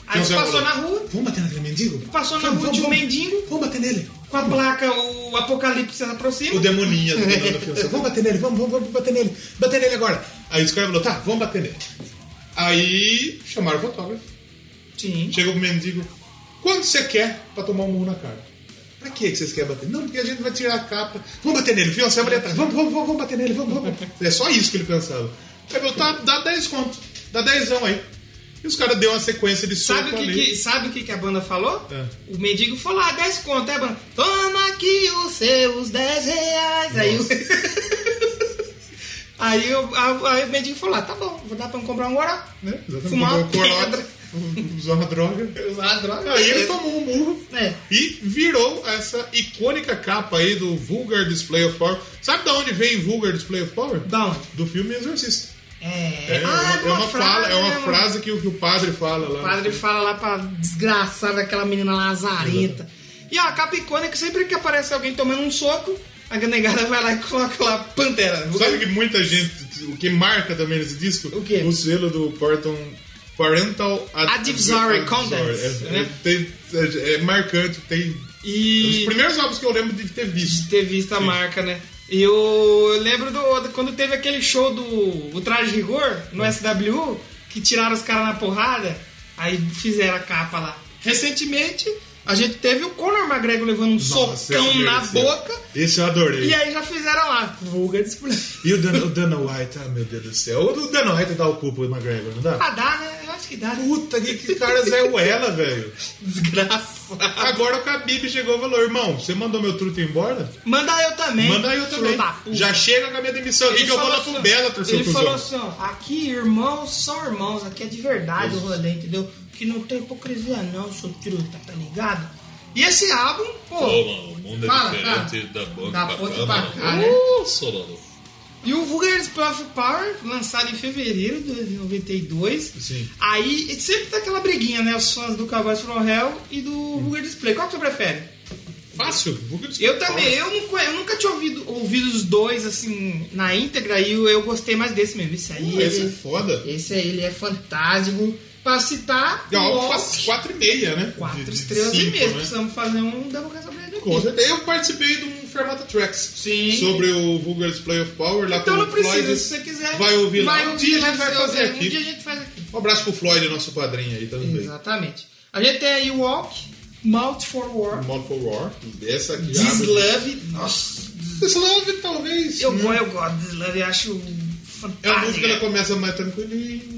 S1: Aí
S2: Fio Anselmo
S1: passou
S2: falou,
S1: na rua,
S2: Vamos bater naquele mendigo?
S1: passou na
S2: Vamos,
S1: rua de um
S2: vamos,
S1: mendigo
S2: Vamos bater nele.
S1: com a placa O Apocalipse se aproxima.
S2: O demoninho do do Fio Anselmo. Vamos bater nele, vamos, vamos, vamos bater nele. Bater nele agora. Aí os caras falaram, tá, vamos bater nele. Aí chamaram o fotógrafo.
S1: Sim.
S2: Chegou pro mendigo. Quanto você quer pra tomar um murro na cara? Pra que que vocês querem bater? Não, porque a gente vai tirar a capa. Vamos bater nele, fiancé, ali atrás. Vamos, vamos, vamos, vamos bater nele,
S1: (laughs)
S2: vamos, vamos. É só isso que ele pensava. Aí falou, tá, dá 10 conto. Dá 10 aí. E os caras deu uma sequência de
S1: Sabe
S2: soco
S1: o, que,
S2: ali.
S1: que- sabe o que, que a banda falou?
S2: É.
S1: O mendigo falou: ah, 10 conto, é, banda? Toma aqui os seus 10 reais. Aí, o- (laughs) aí, eu- a- aí o mendigo falou: ah, tá bom, vou dar pra eu comprar um oral.
S2: Né? Exatamente.
S1: Fumar
S2: Fumar
S1: uma pedra.
S2: Usar uma droga.
S1: Usar a droga.
S2: Aí ele tomou um murro.
S1: É.
S2: E virou essa icônica capa aí do Vulgar Display of Power. Sabe de onde vem Vulgar Display of Power?
S1: Da onde?
S2: Do filme Exorcista.
S1: então, É,
S2: É,
S1: Ah,
S2: é uma, é uma fala, é uma
S1: né, mano?
S2: frase que o, que o padre fala lá.
S1: O padre fala lá pra desgraçada, aquela menina lazarenta. E ó, a capa icônica, sempre que aparece alguém tomando um soco, a negada vai lá e coloca lá Pantera.
S2: Sabe que muita gente, o que marca também nesse disco?
S1: O quê?
S2: O selo do Parton, Parental Ad-
S1: Advisory
S2: Advisory.
S1: Contents,
S2: É,
S1: né?
S2: é, tem- é- é marcante, tem. Um dos
S1: E
S2: primeiros álbuns que eu lembro de ter visto.
S1: ter visto a marca, né? E eu eu lembro do, do- quando teve aquele show do o Traje Rigor no
S2: É.
S1: SWU, que tiraram os caras na porrada, aí fizeram a capa lá. Recentemente, a gente teve o Conor McGregor levando um
S2: Nossa,
S1: socão
S2: esse eu
S1: na
S2: merecia.
S1: boca.
S2: Esse eu adorei.
S1: E aí já fizeram lá, vulgar display.
S2: E o Dana, o Dana White, ah, meu Deus do céu. O Dana White dá o cu pro McGregor, não dá?
S1: Ah, dá, né? Eu acho que dá, né?
S2: Puta, que, que cara Zé Uela, velho.
S1: Desgraça.
S2: Agora o Khabib chegou e falou, irmão, você mandou meu truta embora?
S1: Manda eu também.
S2: Manda eu
S1: filho
S2: também.
S1: da puta.
S2: Já chega com a minha demissão aqui que eu vou
S1: Tá. falou
S2: lá pro Bela,
S1: ó,
S2: torcer
S1: Ele falou assim, ó, aqui irmãos são irmãos, aqui é de verdade o rolê, entendeu? Que não tem hipocrisia não, seu truta, tá ligado? E esse álbum, pô,
S6: Pô, mano, o mundo é
S1: Fala,
S6: diferente da boca
S1: Da
S6: pra
S1: boca
S6: cá,
S1: pra
S6: mano.
S1: cá, né?
S6: Ô, Solano.
S1: E o Vulgar Display of Power, lançado em fevereiro de 92.
S2: Sim.
S1: Aí e sempre tá aquela briguinha, né? Os fãs do Cowboys from Hell e do Vulgar Display. Qual que você prefere?
S2: Fácil, buca de
S1: Eu também,
S2: Então-
S1: eu, não conhe- eu nunca tinha ouvido, ouvido os dois assim na íntegra e eu, eu gostei mais desse mesmo. Esse aí,
S2: Pô, Esse é
S1: ele,
S2: foda.
S1: esse aí ele é fantástico. Pra citar,
S2: Gal
S1: Lost,
S2: faz 4,5, né?
S1: quatro
S2: De- de
S1: estrelas e
S2: cinco,
S1: meia.
S2: né?
S1: Precisamos fazer um Doublecast sobre ele
S2: Com
S1: aqui.
S2: certeza. Eu participei de um Fermata Tracks
S1: Sim.
S2: sobre o Vulgar Display of Power lá
S1: Então
S2: com
S1: não
S2: o
S1: precisa,
S2: Floyd.
S1: se você quiser.
S2: Vai ouvir lá.
S1: vai
S2: Um
S1: ouvir
S2: dia
S1: lá,
S2: a gente vai
S1: você
S2: fazer
S1: ouve,
S2: aqui.
S1: Um dia a gente faz aqui.
S2: Um abraço pro Floyd, nosso padrinho aí também.
S1: Exatamente. A gente tem aí Walk, Mouth for War,
S2: Mold for War. Essa aqui abre.
S1: Dislove. Nossa,
S2: Dislove, talvez.
S1: eu,
S2: né?
S1: go- eu gosto de Dislove, eu
S2: um
S1: acho
S2: É uma música que ela
S1: fantástico.
S2: começa mais tranquilinho. mais-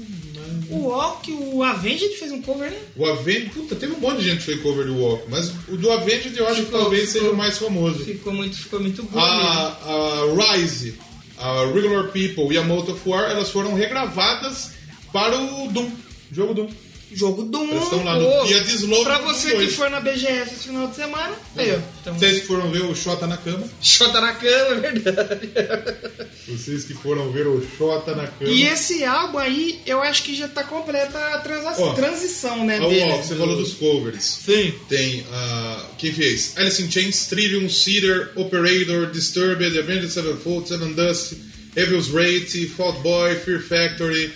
S1: O Walk, o Avenged fez um cover, né?
S2: O Avenged, puta, teve um monte de gente que fez cover do Walk, mas o do Avenged eu acho que talvez
S1: ficou.
S2: seja o mais famoso.
S1: Ficou muito, ficou muito bom.
S2: Ah.
S1: mesmo.
S2: tipo, a, a Rise, a Regular People e a Mold of War, elas foram regravadas para o Doom, jogo Doom.
S1: Jogo do mundo.
S2: Eles estão lá no-
S1: pô.
S2: e é de slow
S1: Pra
S2: dos
S1: você
S2: dois.
S1: que for na BGS esse final de semana,
S2: É.
S1: aí, ó. Então,
S2: Vocês que foram ver o Xota na cama.
S1: Xota na cama, é verdade.
S2: Vocês que foram ver o Xota na cama.
S1: E esse álbum aí, eu acho que já tá completa a transa-
S2: Ó,
S1: transição, né,
S2: Ah,
S1: dele.
S2: ó, você falou dos covers.
S1: Sim.
S2: Tem ah, quem fez? Alice in Chains, Trillium, Cedar, Operator, Disturbed, Avenged Sevenfold, Seven Dust, Evil's Rate, Fault Boy, Fear Factory.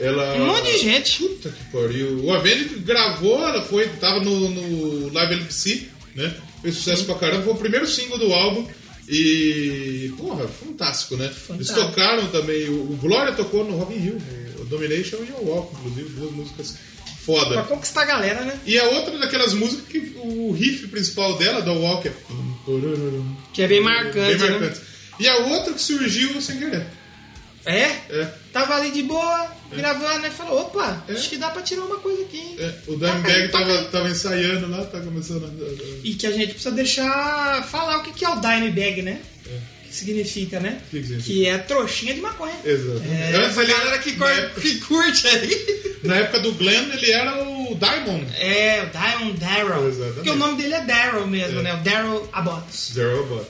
S2: Ela.
S1: Um monte de gente.
S2: Puta que pariu. O Avenged gravou, ela foi, tava no, no Live LPC, né? Fez sucesso pra caramba, foi o primeiro single do álbum. E, porra, fantástico, né? Eles tocaram também, o, o Glória tocou no Rock in Rio, o Domination e o Walk, inclusive, duas músicas foda.
S1: Pra conquistar a galera, né?
S2: E a outra daquelas músicas que o riff principal dela, da Walk, é.
S1: Que é bem marcante.
S2: Bem marcante. E a outra que surgiu sem querer.
S1: Né? É?
S2: É,
S1: Tava ali de boa, gravando, né? Falou, opa,
S2: É.
S1: acho que dá pra tirar uma coisa aqui, hein?
S2: é. O Dimebag
S1: Toca aí, toca
S2: tava, tava ensaiando lá, tá começando a.
S1: E que a gente precisa deixar falar o que que é o Dimebag, né? O que significa, né?
S2: É. Que que significa?
S1: Que é trouxinha de maconha.
S2: Exato.
S1: É,
S2: Antes
S1: essa
S2: ele
S1: galera
S2: era
S1: que, cor- que curte aí.
S2: Na época do Glenn, ele era o Diamond.
S1: É, o Diamond Darrell.
S2: Exatamente.
S1: Porque o nome dele é Darrell mesmo,
S2: É.
S1: né? O Darrell Abbott.
S2: Zero Robot.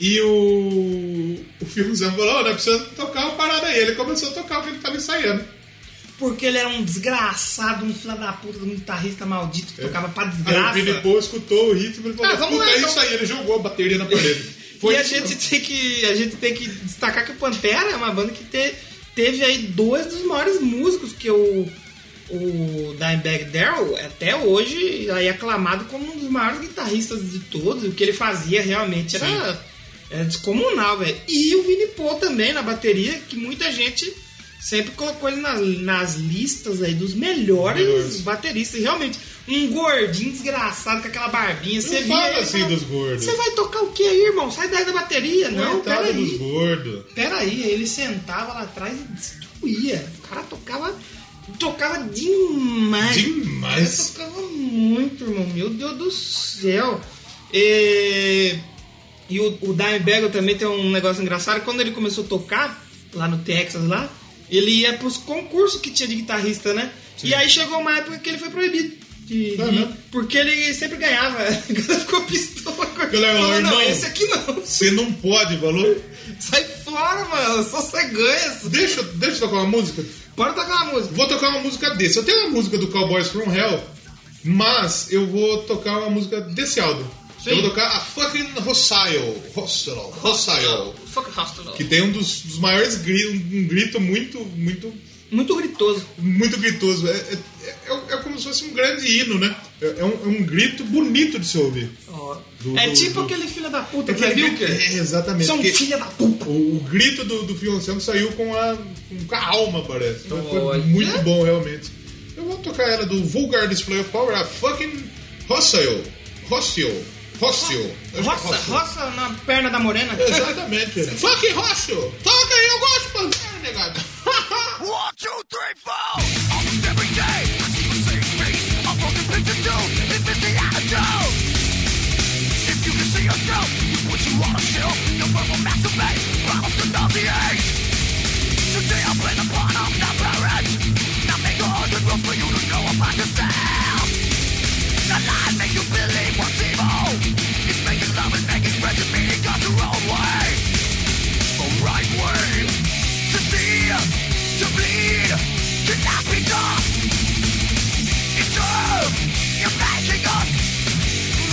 S2: E o. O Filmzão falou: "Ó, nós precisamos tocar uma parada aí. Ele começou a tocar o que ele tava ensaiando.
S1: Porque ele era um desgraçado, um filho da puta, um guitarrista maldito que tocava pra
S2: É. Aí o
S1: desgraça.
S2: Billy Paul escutou o ritmo e falou:
S1: Ah, vamos
S2: Puta,
S1: lá,
S2: é
S1: então."
S2: isso aí. Ele jogou a bateria na parede.
S1: (laughs) e a
S2: isso mesmo.
S1: gente, tem que, a gente tem que destacar que o Pantera é uma banda que te- teve aí dois dos maiores músicos que o, o Dimebag Darrell, até hoje, aí aclamado como um dos maiores guitarristas de todos. O que ele fazia realmente era, era descomunal, velho. E o Vini Paul também na bateria, que muita gente sempre colocou ele nas, nas listas aí dos melhores,
S2: Melhores.
S1: bateristas. E Realmente, um gordinho desgraçado com aquela barbinha. Você via
S2: fala
S1: ele e
S2: assim dos gordos.
S1: Você vai tocar o que aí, irmão? Sai daí da bateria. Não,
S2: Coitado dos
S1: peraí.
S2: gordos.
S1: Peraí, ele sentava lá atrás e destruía. O cara tocava. Tocava demais.
S2: Demais.
S1: Ele tocava muito, irmão. Meu Deus do céu. E, e o, o Dimebag também tem um negócio engraçado. Quando ele começou a tocar, lá no Texas, lá, ele ia pros concursos que tinha de guitarrista, né? E aí chegou uma época que ele foi proibido. de- de-
S2: Aham.
S1: Porque ele sempre ganhava. (laughs) Ele ficou pistola. com
S2: Ele falou,
S1: Falou, não,
S2: "Irmão,
S1: esse aqui não. (laughs)
S2: Você não pode, valor.
S1: Sai fora, mano. Só você ganha.
S2: Deixa, eu- deixa eu tocar uma música.
S1: Bora tocar uma música.
S2: Vou tocar uma música desse. Eu tenho uma música do Cowboys from Hell, mas eu vou tocar uma música desse álbum.
S1: Sim.
S2: Eu vou tocar a fucking Hostile. Hostile. Hostile.
S1: Fuck Hostile.
S2: Que tem um dos, dos maiores gritos, um grito muito, muito,
S1: Muito gritoso.
S2: muito gritoso. É, é, é- é como se fosse um grande hino, né? É, é um, é um grito bonito de se ouvir.
S1: Ó.
S2: Do-
S1: é
S2: do-
S1: tipo
S2: do-
S1: aquele filho da puta que viu
S2: grito- É, exatamente.
S1: São
S2: Que-
S1: filha um da puta.
S2: O, o grito do, do Fiancé saiu com a, com a alma, parece. Então foi
S1: Olha.
S2: muito bom, realmente. Eu vou tocar ela do Vulgar Display of Power, a fucking Hostile. Hostile. Hostile. Acho que é
S1: Roça,
S2: Hostile.
S1: roça na perna da morena.
S2: Exatamente. fucking Hostile. Toca aí, eu gosto, pandeiro,
S1: (laughs)
S2: negado.
S5: One, two, three, four. Almost every day, I see the same face. A broken picture too. It's missing attitude. If you can see yourself, you put you on a shelf. Your verbal masturbate, bottles to nauseate. Today I plan upon I'm not parent. Not make a hundred rules for you to know about yourself. The lie make you believe what's evil. It's making love and making friends and meaning got your own way. The right way to see, to bleed, cannot be done. It's true, you're making us.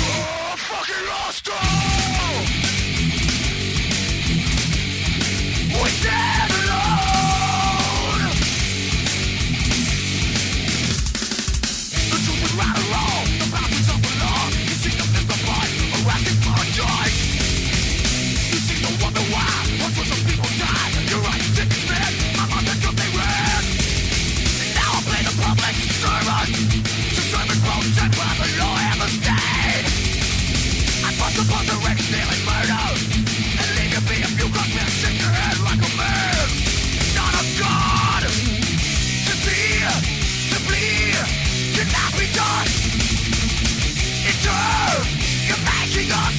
S5: Oh, fucking lost We stand alone. The truth is right or wrong, the path is up along. You see them as the fight, or asking for a choice. You see the wonder why, what was some people die? Your eyes didn't fit, my mind took up they ran. Now I play the public servant, to serve and protect by the law and the state. I bust upon the wreck, stealing murder, and leave you be if you got me shake your head like a man. Not a god, to see, to bleed, cannot be done. It's true, you're making us.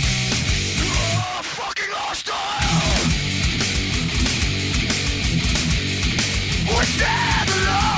S5: Oh, fucking hostile. We stand alone.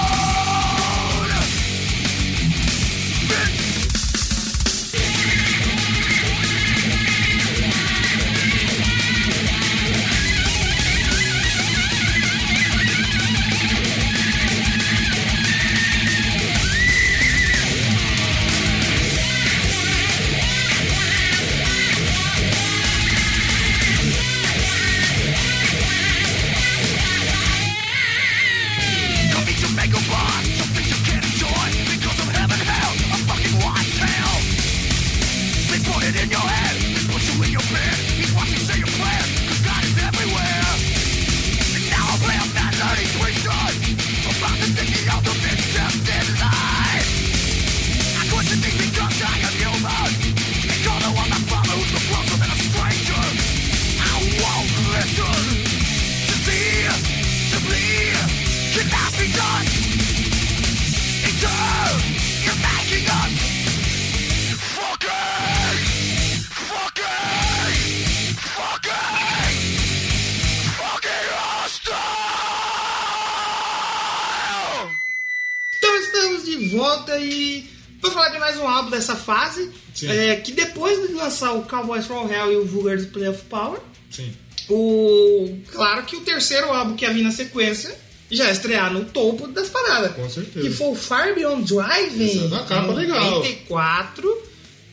S1: Então música e vou falar de mais um álbum dessa fase.
S2: Sim.
S1: é, que depois de lançar o Cowboys from Hell e o Vulgar Display of Power,
S2: Sim.
S1: o claro que o terceiro álbum que ia vir na sequência já ia estrear no topo das paradas.
S2: Com certeza.
S1: Que foi o Far Beyond Driving.
S2: Essa é uma capa legal.
S1: 84.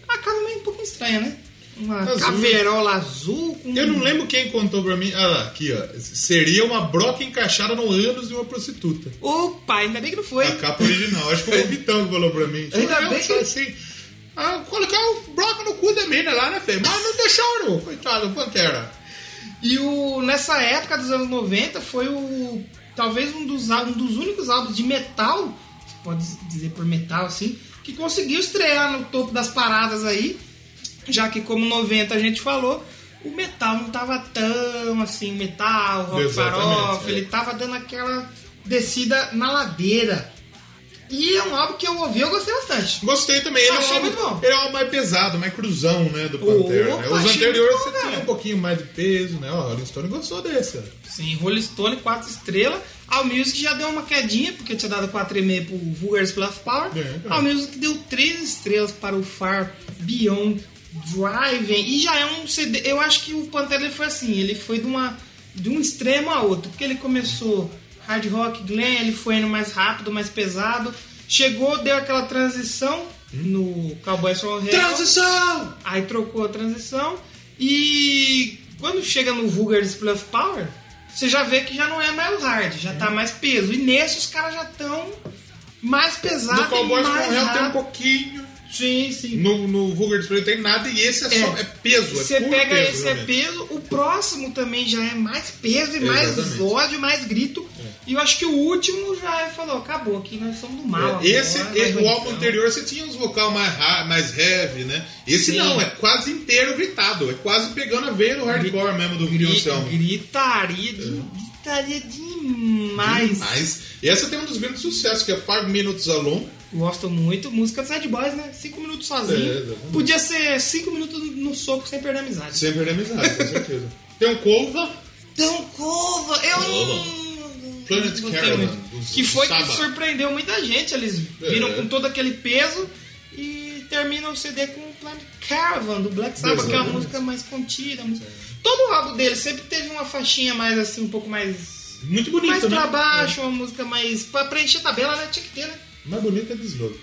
S1: A capa meio um pouquinho estranha, né? Uma
S2: Azul.
S1: caveirola azul com
S2: Eu não lembro quem contou pra mim. Ah lá, aqui, ó. Seria uma broca encaixada no ânus de uma prostituta.
S1: O pai, ainda bem que não foi.
S2: A capa original. Acho que foi o Vitão que falou pra mim.
S1: Ainda
S2: Ah, eu
S1: bem
S2: sou
S1: que-
S2: assim. Ah, colocar o broca no cu da mina lá, né, Fê? Mas não deixaram, coitado, Pantera.
S1: E o, nessa época dos anos 90 foi o. talvez um dos, á- um dos únicos álbuns de metal, se pode dizer por metal assim, que conseguiu estrear no topo das paradas aí. Já que como 90 a gente falou, o metal não tava tão assim, metal, rock
S2: Exatamente,
S1: farofa,
S2: é.
S1: ele tava dando aquela descida na ladeira. E é um álbum que eu ouvi e eu gostei bastante.
S2: Gostei também. Ele é, um
S1: Achei muito
S2: álbum,
S1: bom.
S2: ele é um álbum mais pesado, mais cruzão, né, do Pantera. né?
S1: Opa,
S2: Os
S1: achei
S2: anteriores
S1: muito bom, né?
S2: você
S1: cara.
S2: tinha um pouquinho mais de peso, né? Ó, o Rolling Stone gostou desse. ó.
S1: Sim, Rolling Stone, 4 estrelas. All Music já deu uma quedinha, porque tinha dado 4,5 pro Vulgar Display of Power.
S2: É, é.
S1: All Music deu 3 estrelas para o Far Beyond Driving. E já é um CD. Eu acho que o Pantera ele foi assim, ele foi de, uma, de um extremo a outro. Porque ele começou hard rock, glam, ele foi indo mais rápido, mais pesado. Chegou, deu aquela transição no Cowboys from Hell.
S2: Transição!
S1: Aí trocou a transição e quando chega no Vulgar Display of Power, você já vê que já não é mais o hard, já tá mais peso. E nesse os caras já estão mais pesados.
S2: No Cowboys
S1: mais
S2: com Hell tem um
S1: rápido.
S2: pouquinho.
S1: Sim, sim.
S2: No, no Vulgar Display tem nada e esse é só. É, peso, é
S1: Você
S2: puro
S1: pega
S2: peso,
S1: esse é
S2: realmente.
S1: peso, o próximo também já é mais peso e mais
S2: Exatamente. É.
S1: ódio, mais grito. E eu acho que o último já falou, acabou, aqui nós somos do mal.
S2: É, esse,
S1: agora,
S2: esse-
S1: vai
S2: o álbum
S1: então.
S2: anterior você tinha uns vocal mais, ra- mais heavy, né? Esse
S1: Sim.
S2: não, é quase inteiro gritado, é quase pegando a veia do hardcore mesmo do
S1: Grita,
S2: Wilson.
S1: gritaria,
S2: É.
S1: de- gritaria demais.
S2: Mas essa tem um dos grandes sucessos, que é Five Minutes Alone.
S1: Gosto muito. Música do Sad Boys, né? Cinco minutos sozinho.
S2: É, exatamente.
S1: Podia ser cinco minutos no soco sem perder a é amizade.
S2: Sempre organizado, com certeza. (laughs) Tem um cover.
S1: Então, Cova, eu não.
S2: Planet
S1: não gostei
S2: Caravan,
S1: muito.
S2: dos-
S1: Que
S2: dos
S1: foi
S2: Saba.
S1: que surpreendeu muita gente. Eles viram
S2: É.
S1: com todo aquele peso e terminam o CD com o Planet Caravan do Black Sabbath, que é uma
S2: Exatamente.
S1: música mais contida. música- Todo o álbum dele sempre teve uma faixinha mais assim, um pouco mais.
S2: Muito bonito,
S1: mais
S2: né?
S1: pra baixo, uma música mais. pra preencher tabela, né? Tinha que ter, né?
S2: É. Mais bonita é Deslove.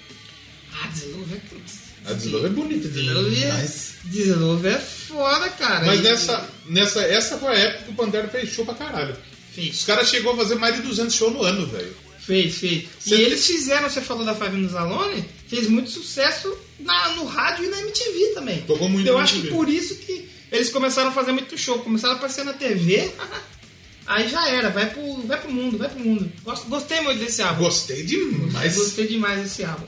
S1: Ah, Deslove é.
S2: A Deslove é bonita
S1: Deslove é-
S2: demais.
S1: Deslove é foda, cara.
S2: Mas
S1: E-
S2: nessa, nessa, essa foi a época que o Pantera fechou pra caralho. Os
S1: Fez,
S2: caras chegou a fazer mais de 200 shows no ano, velho.
S1: fez, fez.
S2: Cê-
S1: E eles fizeram, você falou da Five Minutes Alone, fez muito sucesso na, no rádio e na MTV também.
S2: Tocou muito
S1: Eu
S2: na
S1: acho que
S2: MTV.
S1: por isso que eles começaram a fazer muito show. Começaram a aparecer na TV, (laughs) aí já era, vai pro, vai pro mundo, vai pro mundo. Gosto- Gostei muito desse álbum.
S2: Gostei demais.
S1: Gostei demais desse álbum.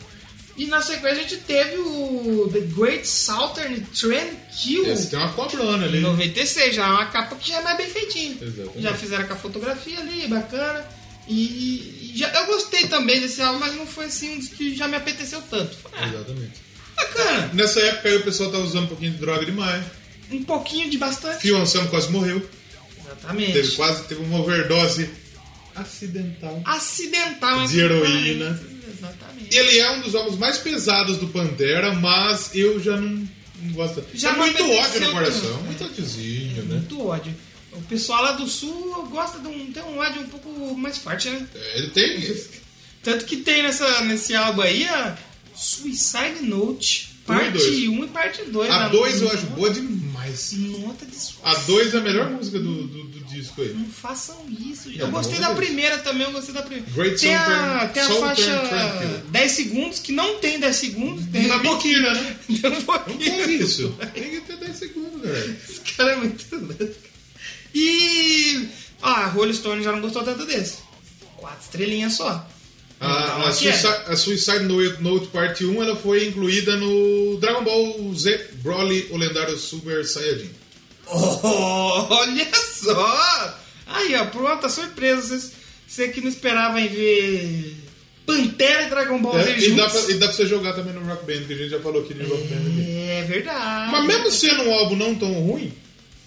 S1: E na sequência a gente teve o The Great Southern Trend Kill.
S2: Esse tem uma cobrona ali.
S1: Em 96, já é uma capa que já é mais bem feitinha.
S2: Exatamente.
S1: Já fizeram com a fotografia ali, bacana. E, e já, eu gostei também desse álbum, mas não foi assim um dos que já me apeteceu tanto. Falei, ah,
S2: Exatamente.
S1: bacana.
S2: Nessa época aí o pessoal tava usando um pouquinho de droga demais.
S1: Um pouquinho de bastante.
S2: Fio Anselmo quase morreu.
S1: Exatamente.
S2: Teve quase, teve uma overdose acidental.
S1: Acidental, hein?
S2: De heroína.
S1: Exatamente.
S2: Ele é um dos álbuns mais pesados do Pantera, mas eu já não, não gosto.
S1: Já
S2: é
S1: não
S2: muito
S1: apeteceu
S2: ódio no coração.
S1: tanto.
S2: Muito ódiozinho, né?
S1: Muito ódio. O pessoal lá do sul gosta de um, tem um ódio um pouco mais forte, né?
S2: É, Ele tem.
S1: Tanto que tem nessa, nesse álbum aí a Suicide Note,
S2: Um e dois.
S1: parte 1 e, parte 2.
S2: A 2 eu acho boa demais.
S1: Nota de
S2: A 2 é a melhor música do, do, do disco aí.
S1: Não façam isso. gente.
S2: É,
S1: Eu gostei
S2: não,
S1: da
S2: não é isso.
S1: primeira também, eu gostei da primeira.
S2: Great
S1: tem a,
S2: Southern-
S1: tem a
S2: Southern
S1: faixa
S2: Tranquil.
S1: 10 segundos, que não tem 10 segundos. Tem
S2: Na mentira, né?
S1: (laughs) tem um
S2: Não
S1: pouquinho.
S2: tem isso. Tem que ter 10 segundos, galera.
S1: Esse cara é muito louco. E. Ó, a Rolling Stone já não gostou tanto desse. Quatro estrelinhas só.
S2: A,
S1: Então,
S2: a,
S1: é.
S2: Suicide, a Suicide Note, Note Parte 1 ela foi incluída no Dragon Ball Z Broly, o lendário Super Saiyajin.
S1: (laughs) Olha só! Aí, ó, pronta surpresa. Vocês- Você que não esperava em ver Pantera e Dragon Ball Z
S2: É, e, dá pra,
S1: juntos.
S2: e dá pra você jogar também no Rock Band, que a gente já falou aqui de Rock Band. aqui.
S1: É verdade.
S2: Mas mesmo sendo um álbum não tão ruim,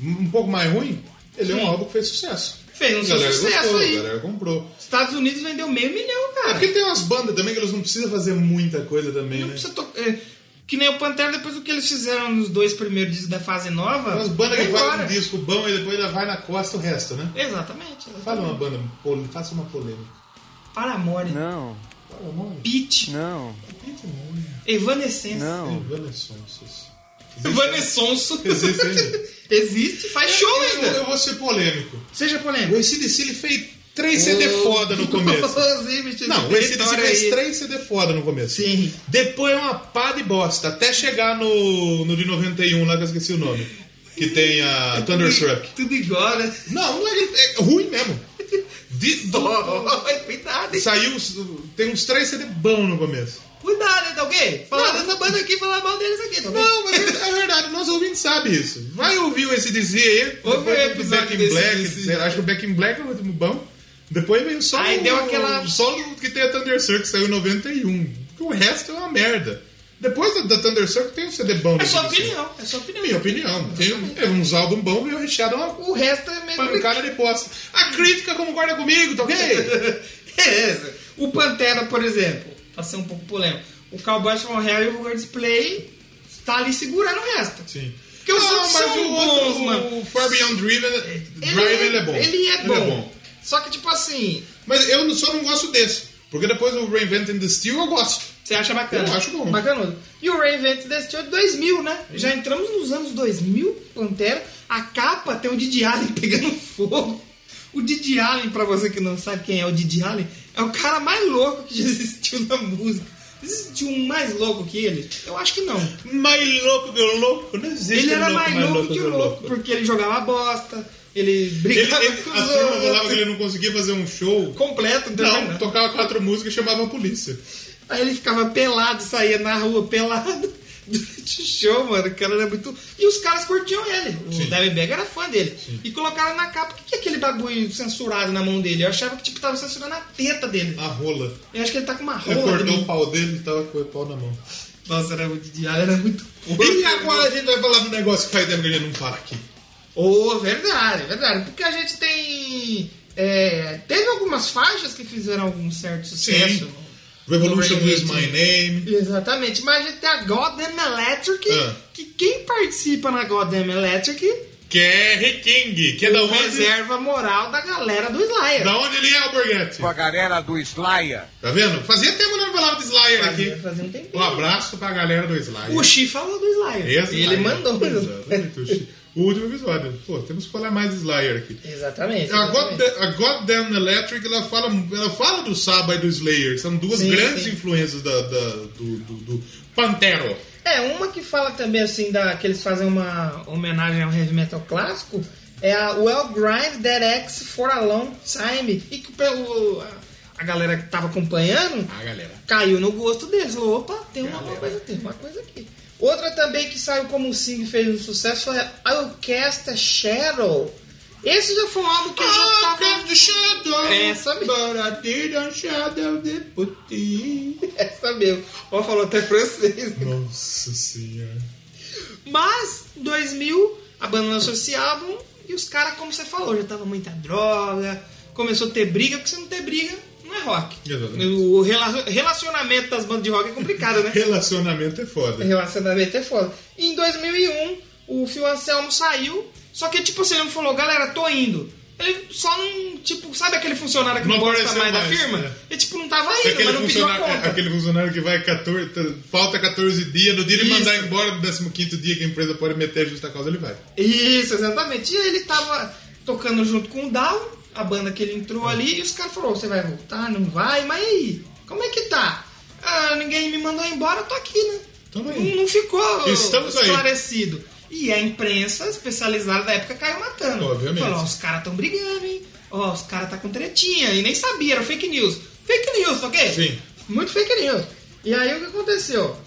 S2: um pouco mais ruim, ele é um
S1: Sim.
S2: álbum que fez sucesso.
S1: Fez um
S2: A galera
S1: sucesso
S2: gostou, a
S1: aí.
S2: galera comprou.
S1: Estados Unidos vendeu meio milhão,
S2: É
S1: cara.
S2: porque tem umas bandas também que eles não precisam fazer muita coisa também,
S1: Não
S2: né?
S1: precisa to- é, Que nem o Pantera, depois do que eles fizeram nos dois primeiros discos da fase nova.
S2: Tem umas bandas que
S1: vai
S2: fazem
S1: embora.
S2: um disco bom e depois ela vai na costa o resto, né?
S1: Exatamente.
S2: Fala uma banda, pol- faça uma polêmica.
S1: Paramore,
S7: Não,
S2: Fala, mano.
S1: Pitch,
S7: não,
S1: Evanescence.
S7: não.
S2: né, Evanescence.
S1: Evanescenso.
S2: Existe ainda?
S1: (laughs) Existe, faz show
S2: Eu-
S1: ainda.
S2: Eu vou ser polêmico.
S1: Seja
S2: O
S1: polêmico.
S2: ACDC ele fez três CD foda no começo.
S1: (laughs)
S2: Não, o ACDC fez três CD foda no começo.
S1: Sim.
S2: Depois é uma pá de bosta, até chegar no, no de 91 lá que eu esqueci o nome. Que tem a Thunderstruck.
S1: Tudo igual, né?
S2: Não, não é, é ruim mesmo. De- do-
S1: (laughs) Oh, cuidado, hein?
S2: saiu. uns- Tem uns três CD bons no começo.
S1: Cuidado, hein, tá ok? Falar dessa banda aqui, falar mal deles aqui, tá bom?
S2: Não, mas é é verdade, nós ouvintes sabe isso. Vai ouvir o ACDC aí.
S1: Ouve o
S2: depois do
S1: episódio
S2: Back in
S1: desse
S2: Black.
S1: ACDC.
S2: sei lá, Acho que o Back in Black é o último bom. Depois veio só
S1: Aí
S2: o,
S1: deu aquela-
S2: só o que tem a Thunder Circle, que saiu em 91. O resto é uma merda. Depois da, da Thunder Circle tem um CD bom.
S1: É
S2: do
S1: sua
S2: ACDC.
S1: opinião, é sua opinião.
S2: Minha opinião. Tem um- é uns álbuns bons e o recheado é uma
S1: O resto é meio
S2: pancada de bosta. A crítica concorda
S1: (laughs)
S2: comigo, tá ok?
S1: Beleza. O Pantera, por exemplo, pra ser um pouco polêmico, o Cowboys from Hell e o Vulgar Display tá ali segurando o resto.
S2: Sim.
S1: Porque os
S2: Ah,
S1: outros
S2: mas
S1: são
S2: o
S1: bons,
S2: outro,
S1: mano.
S2: O Far Beyond Driven, Drive, ele é bom.
S1: Ele é bom. Só que, tipo assim,
S2: Mas eu não- só não gosto desse. Porque depois o Reinventing the Steel eu gosto.
S1: você acha bacana?
S2: Eu acho bom.
S1: Bacanoso. E o Reinvent the Steel é de 2000, né? Já entramos nos anos 2000, Pantera. A capa tem o Didi Allen (laughs) pegando fogo. O Didi Allen, pra você que não sabe quem é o Didi Allen, é o cara mais louco que já (laughs) existiu na música. Existiu um mais louco que ele? Eu acho que não.
S2: Mais louco que o louco, não existe.
S1: Ele era
S2: louco
S1: mais louco que o louco, porque ele jogava bosta, ele
S2: Ele, ele,
S1: brigava com
S2: a
S1: os
S2: turma falava que
S1: outros.
S2: ele não conseguia fazer um show.
S1: Completo, não, tem mais
S2: Não,
S1: nada.
S2: tocava quatro músicas e chamava a polícia.
S1: Aí ele ficava pelado, saía na rua pelado (laughs) durante o show, mano. O cara era muito. E os caras curtiam ele. O
S2: Sim.
S1: Dimebag era fã dele. E colocaram na capa. O que que é aquele bagulho censurado na mão dele? Eu achava que tipo, tava censurando a teta dele.
S2: A rola.
S1: Eu acho que ele tá com uma
S2: Ele
S1: rola.
S2: cortou
S1: ali.
S2: o pau dele e tava com o pau na mão.
S1: Nossa, era muito diário, era muito porco.
S2: E agora a gente vai falar do negócio que faz tempo que a gente não fala aqui.
S1: Ô, verdade, verdade. Porque a gente tem. é, teve algumas faixas que fizeram algum certo sucesso.
S2: Sim. Revolution
S1: Revolution
S2: is My Name.
S1: Exatamente, mas a gente tem a Goddamn Electric,
S2: Ah.
S1: que quem participa na Goddamn Electric
S2: Que é Rick King, que é da onde,
S1: reserva moral da galera do Slayer.
S2: da onde ele é, Alborguete.
S8: a galera do Slayer.
S2: Tá vendo? Fazia tempo que eu não falava de Slayer
S1: Fazia-
S2: aqui.
S1: fazia um
S2: Um
S1: tempinho.
S2: abraço pra galera do Slayer.
S1: O Xi falou do Slayer.
S2: Esse
S1: Ele
S2: Slayer.
S1: mandou. né?
S2: Exatamente, o Chi- O último episódio. Pô, temos que falar mais de Slayer aqui.
S1: (laughs) Exatamente.
S2: A
S1: exatamente.
S2: Goddamn, a Goddamn Electric ela fala, ela fala do Saba e do Slayer. São duas
S1: Sim,
S2: grandes
S1: sim.
S2: influências da, da- do, do, do Pantero.
S1: É, uma que fala também assim, da, que eles fazem uma homenagem ao heavy metal clássico, é a Well Grind That X for a Long Time. E que pelo, a, a galera que tava acompanhando
S2: Ah, galera.
S1: caiu no gosto deles. Falou, Opa, tem uma coisa, tem uma coisa aqui. Outra também que saiu como single e fez um sucesso foi I'll Cast a Shadow. Esse já foi um álbum que eu já
S2: Ah,
S1: tava.
S2: cast the shadow.
S1: É, sabe?
S2: But I didn't shadow the putin.
S1: (laughs) Essa mesmo. Ó, falou até francês.
S2: Nossa senhora.
S1: Mas, 2000, a banda lançou esse álbum e os caras, como você falou, já tava muita droga, começou a ter briga, porque se não ter briga, não é rock.
S2: Exatamente.
S1: O rela- relacionamento das bandas de rock é complicado,
S2: (laughs)
S1: né?
S2: Relacionamento é foda.
S1: relacionamento é foda. E em 2001, o Phil Anselmo saiu, só que tipo assim, ele não falou, galera, tô indo. Ele só não, tipo, sabe aquele funcionário que não,
S2: Não
S1: gosta mais,
S2: apareceu
S1: da
S2: mais,
S1: firma?
S2: né?
S1: Ele tipo, não tava indo,
S2: Aquele
S1: mas não pediu a
S2: funcionário, é,
S1: conta.
S2: aquele funcionário que vai 14, falta 14 dias, no dia de
S1: Isso.
S2: mandar embora no 15 dia que a empresa pode meter a justa causa, ele vai.
S1: Isso, exatamente. E ele tava tocando junto com o Down, a banda que ele entrou ali, e os caras falaram, você vai voltar, não vai, mas e aí? Como é que tá? Ah, ninguém me mandou embora, eu tô aqui, né?
S2: Tamo aí.
S1: Não, não ficou
S2: Estamos aí.
S1: esclarecido. E a imprensa especializada da época caiu matando.
S2: Obviamente.
S1: Falou, ó, os caras tão brigando, hein? Ó, os caras tá com tretinha, e nem sabia, era fake news. Fake news, tá ok?
S2: Sim.
S1: Muito fake news. E aí o que aconteceu?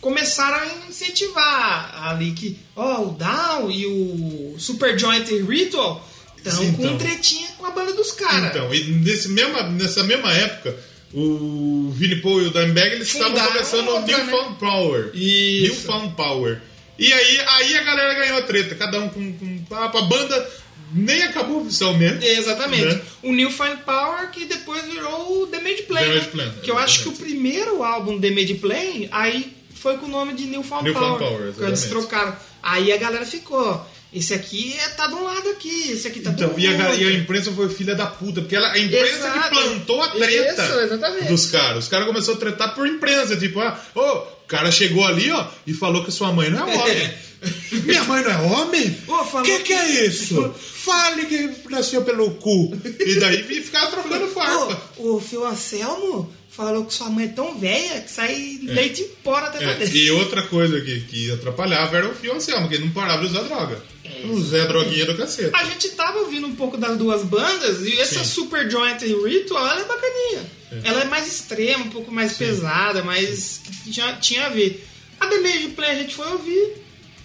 S1: Começaram a incentivar ali que, ó, o Down e o Super Joint Ritual estão
S2: Sim,
S1: com
S2: então.
S1: tretinha com a banda dos caras.
S2: Então, e nesse mesma, nessa mesma época, o Vini Paul e o Dimebag eles estavam
S1: Fundaram
S2: começando o
S1: outra, né?
S2: Newfound Power.
S1: Isso.
S2: Newfound Power. E aí, aí a galera ganhou a treta, cada um com. com a, a banda. nem acabou oficialmente.
S1: Exatamente.
S2: Né?
S1: O New Find Power que depois virou o The Made Plane.
S2: The
S1: né?
S2: Made Plane,
S1: Que eu acho que o
S2: exatamente.
S1: primeiro álbum The Made Plane, aí foi com o nome de New Found
S2: New
S1: Power.
S2: Found Power,
S1: que eles
S2: exatamente.
S1: trocaram. Aí a galera ficou. Esse aqui é, tá de um lado aqui, esse aqui tá do
S2: Então, e, a,
S1: outro.
S2: ga- e a imprensa foi filha da puta, porque ela, a imprensa que
S1: Exato.
S2: plantou a treta
S1: Isso, exatamente.
S2: dos caras. Os caras começaram a tretar por imprensa, tipo, ah, ô, o cara chegou ali, ó, e falou que sua mãe não é
S1: (laughs)
S2: homem. Minha mãe não é homem?
S1: Ô, falou
S2: O que,
S1: que-
S2: que é isso? Fale que nasceu pelo cu. E daí vi- ficava trocando farpa.
S1: Ô, o Phil Anselmo falou que sua mãe é tão velha que sai leite em pó até pra
S2: É,
S1: dentro.
S2: e outra coisa que, que atrapalhava era o Fio Anselmo, que ele não parava de usar droga.
S1: É.
S2: Usar droguinha do cacete.
S1: A gente tava ouvindo um pouco das duas bandas e essa
S2: Sim.
S1: Super Joint e Ritual ela é bacaninha. Ela é mais extrema, um pouco mais pesada, mas que já tinha a ver. A The Major Play a gente foi ouvir.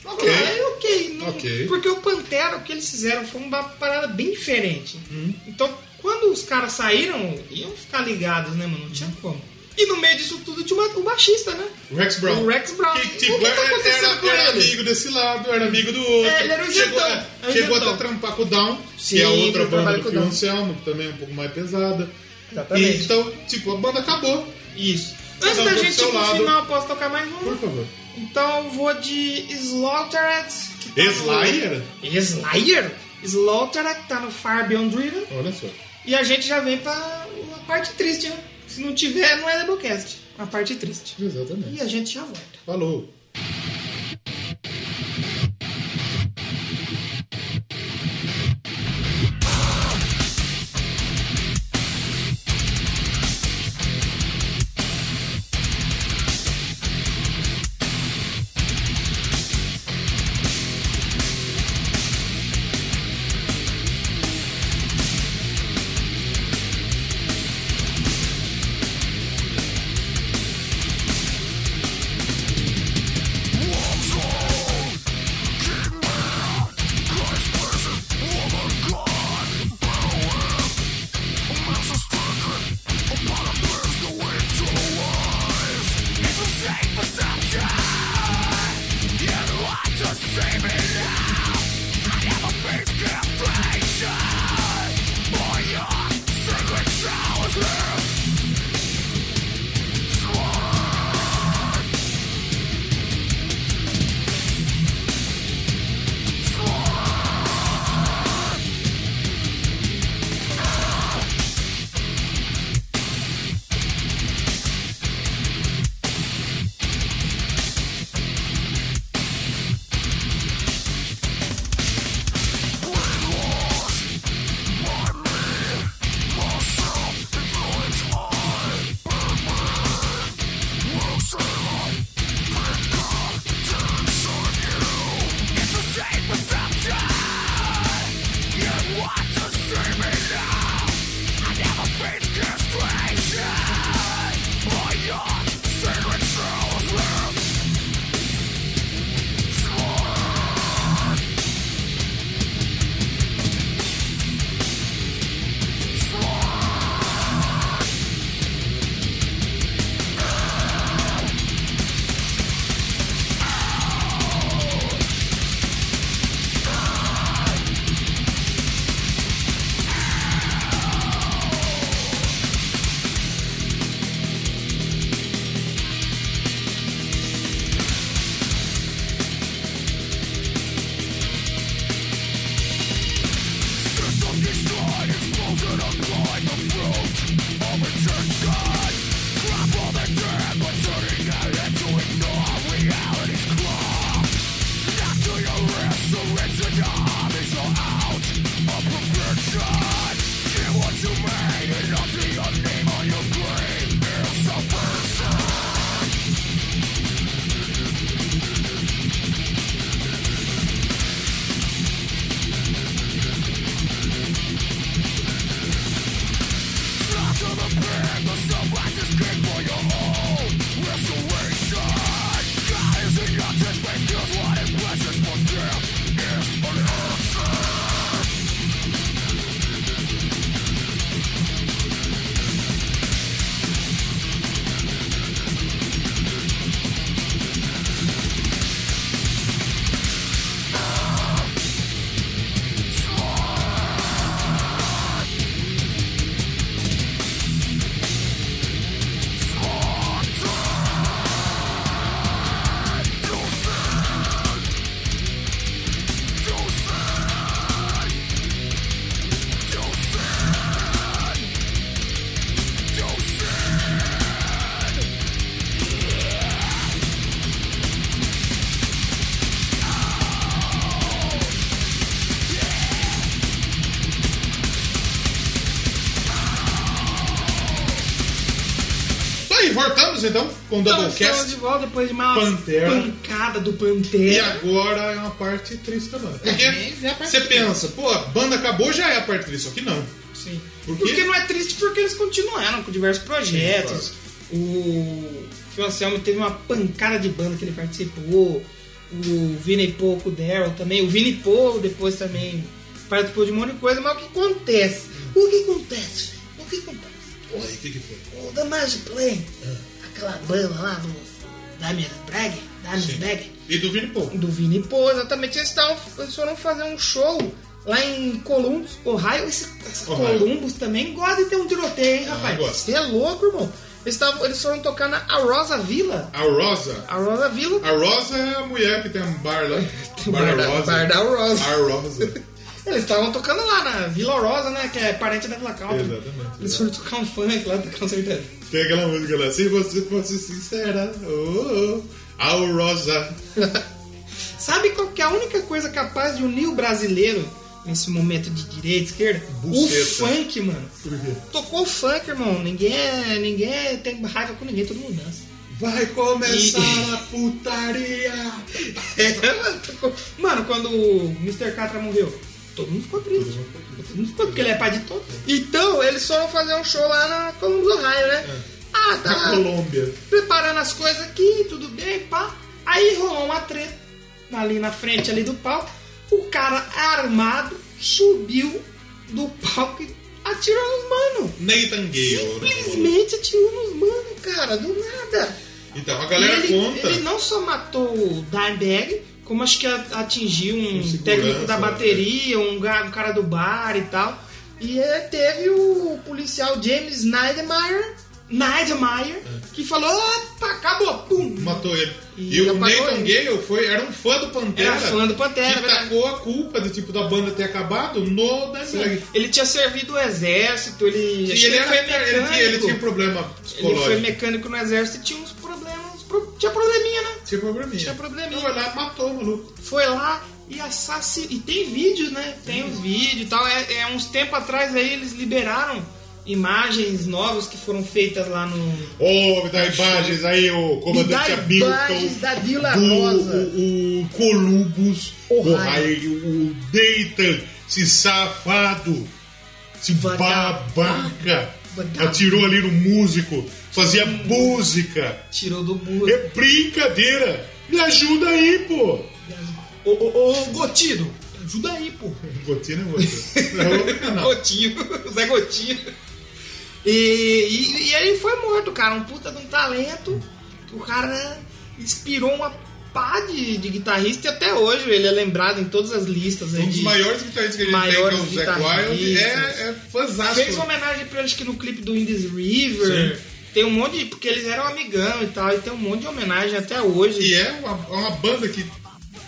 S2: Ok.
S1: Ah, é ok. não-
S2: Ok.
S1: Porque o Pantera, o que eles fizeram foi uma parada bem diferente.
S2: Hum.
S1: Então, quando os caras saíram, iam ficar ligados, né, mano? Não
S2: Hum.
S1: tinha como. E no meio disso tudo tinha uma- o baixista, né?
S2: O Rex Brown.
S1: O Rex Brown.
S2: Que, tipo,
S1: o que tá
S2: era-
S1: acontecendo
S2: era,
S1: com
S2: era
S1: ele?
S2: amigo desse lado, era amigo do outro.
S1: É, ele era um
S2: chegou,
S1: isentão,
S2: é,
S1: era um
S2: chegou
S1: isentão.
S2: até trampar com o Down,
S1: Sim,
S2: que é a outra
S1: ele trabalha
S2: banda
S1: com
S2: do
S1: o
S2: Fio
S1: Down.
S2: Anselmo, que também é um pouco mais pesada.
S1: Exatamente.
S2: E, então, tipo, a banda acabou.
S1: Isso.
S2: Cada
S1: Antes
S2: um
S1: da
S2: pro
S1: gente
S2: seu
S1: ir pro
S2: lado.
S1: final, posso tocar mais um? uma?
S2: Por favor.
S1: Então eu vou de Slaughtered. que tá no-
S2: Slayer?
S1: Slayer? Slaughtered que tá no Far Beyond Driven.
S2: Olha só.
S1: E a gente já vem pra uma parte triste, né? Se não tiver, não é Doublecast. A parte triste.
S2: Exatamente.
S1: E a gente já volta.
S2: Falou.
S5: Influence
S2: voltamos então com o
S1: Então, estamos de
S2: Doublecast.
S1: volta depois de uma
S2: Pantera.
S1: pancada do
S2: E
S1: Pantera.
S2: agora é uma parte triste também. Porque
S1: É, já é a parte
S2: você
S1: triste.
S2: pensa, pô, a banda acabou, já é a parte triste, só que não.
S1: Sim.
S2: Por quê?
S1: Porque não é triste porque eles continuaram com diversos projetos. O Phil Anselmo teve uma pancada de banda que ele participou. O Vini Paul com o Daryl também. O Vini Paul depois também participou de um monte de coisa. Mas o que acontece? O que acontece? O que acontece?
S2: Olha, o que, que foi?
S1: O Damage Play,
S2: Ah.
S1: aquela banda lá do Damien Bragg, Damien Bragg,
S2: E do Vini Paul.
S1: do Vini Paul, exatamente, eles, tavam, eles foram fazer um show lá em Columbus, Ohio. Esse, essa
S2: Ohio. Ah,
S1: Columbus também gosta de ter um tiroteio, hein, rapaz?
S2: gosta.
S1: Você é louco, irmão. Eles, tavam, eles foram tocar na A Rosa Villa.
S2: A Rosa.
S1: A Rosa Villa.
S2: A Rosa é a mulher que tem um
S1: (laughs)
S2: bar lá. Bar da Rosa.
S1: Bar da Rosa.
S2: A Rosa.
S1: Eles estavam tocando lá na Vila Rosa, né? Que é parente da Vila Calma.
S2: Exatamente. é.
S1: Eles foram tocar um funk lá, tocar um sertanejo. (laughs)
S2: Tem aquela música lá, se você fosse sincera, oh, oh, a Rosa.
S1: Sabe qual que é a única coisa capaz de unir o brasileiro nesse momento de direita, esquerda?
S2: Buceta.
S1: O funk, mano. Tocou o funk, irmão. Ninguém, é- ninguém é- tem raiva com ninguém, todo mundo dança.
S2: Vai começar
S1: E-
S2: a putaria.
S1: (laughs) É, mano, tocou- mano, quando o Mr. Catra morreu, todo mundo ficou triste. Todo mundo ficou, porque ele é pai de todos. Então, eles foram fazer um show lá na Columbus, Ohio, né? Ah, tá.
S2: É. Na Colômbia.
S1: preparando as coisas aqui, tudo bem, pá. Aí rolou uma treta ali na frente ali do palco. O cara armado subiu do palco e atirou nos mano.
S2: Nathan Gale. né?
S1: Simplesmente atirou nos mano, cara, do nada.
S2: Então, a galera
S1: ele,
S2: conta.
S1: ele não só matou o Dimebag, como acho que a- atingiu um,
S2: segurança,
S1: técnico da
S2: né?
S1: bateria, um, ga- um cara do bar e tal. E é, teve o policial James Niedermeyer, Niedermeyer
S2: É.
S1: que falou: opa, acabou, pum!
S2: Matou ele.
S1: E
S2: E, o
S1: apagou
S2: Nathan
S1: ele.
S2: Gale foi, era um fã do Pantera.
S1: Era fã do Pantera, é
S2: Que tá
S1: verdade.
S2: tacou a culpa do tipo da banda ter acabado no Dan
S1: Sim.
S2: Black.
S1: Ele tinha servido o exército, ele.
S2: E
S1: acho que
S2: ele, era-
S1: foi
S2: ele
S1: mecânico.
S2: tinha, ele tinha problema
S1: Ele
S2: psicológico.
S1: foi mecânico no exército e tinha uns problemas. pro- Tinha probleminha, né?
S2: Tinha probleminha.
S1: Tinha probleminha.
S2: Foi lá, matou o maluco.
S1: Foi lá e assassinou. E tem vídeos, né? Tem os vídeos e tal. É, é uns tempo atrás aí eles liberaram imagens novas que foram feitas lá no.
S2: Ô, me dá imagens aí, o
S1: Me
S2: comandante
S1: dá imagens
S2: Hamilton.
S1: da Vila
S2: do-
S1: Rosa.
S2: O, o um, Columbus,
S1: Ohio.
S2: o Raio, o Deitan, esse safado, esse
S1: Vagabundo.
S2: babaca.
S1: Vagabundo.
S2: Atirou ali no músico, fazia
S1: Hum.
S2: música.
S1: Tirou do burro.
S2: É brincadeira! Me ajuda aí, pô!
S1: Ô, ô, ô, Gotido! Ajuda aí, pô.
S2: Gotinho é você. É outro
S1: (laughs)
S2: canal.
S1: Gotinho, o Zé Gotinho. E, e- e ele foi morto, cara. Um puta de um talento. O cara inspirou uma pá de, de guitarrista e até hoje ele é lembrado em todas as listas. aí
S2: Um dos
S1: de-
S2: maiores guitarristas que a gente
S1: Maiores
S2: tem, que é o Zac Wild,
S1: guitarristas.
S2: é, é fãzão.
S1: Fez uma homenagem pra eles que no clipe do Indies River. Tem um monte de. Porque eles eram amigão e tal. E tem um monte de homenagem até hoje.
S2: E é uma, é uma banda que.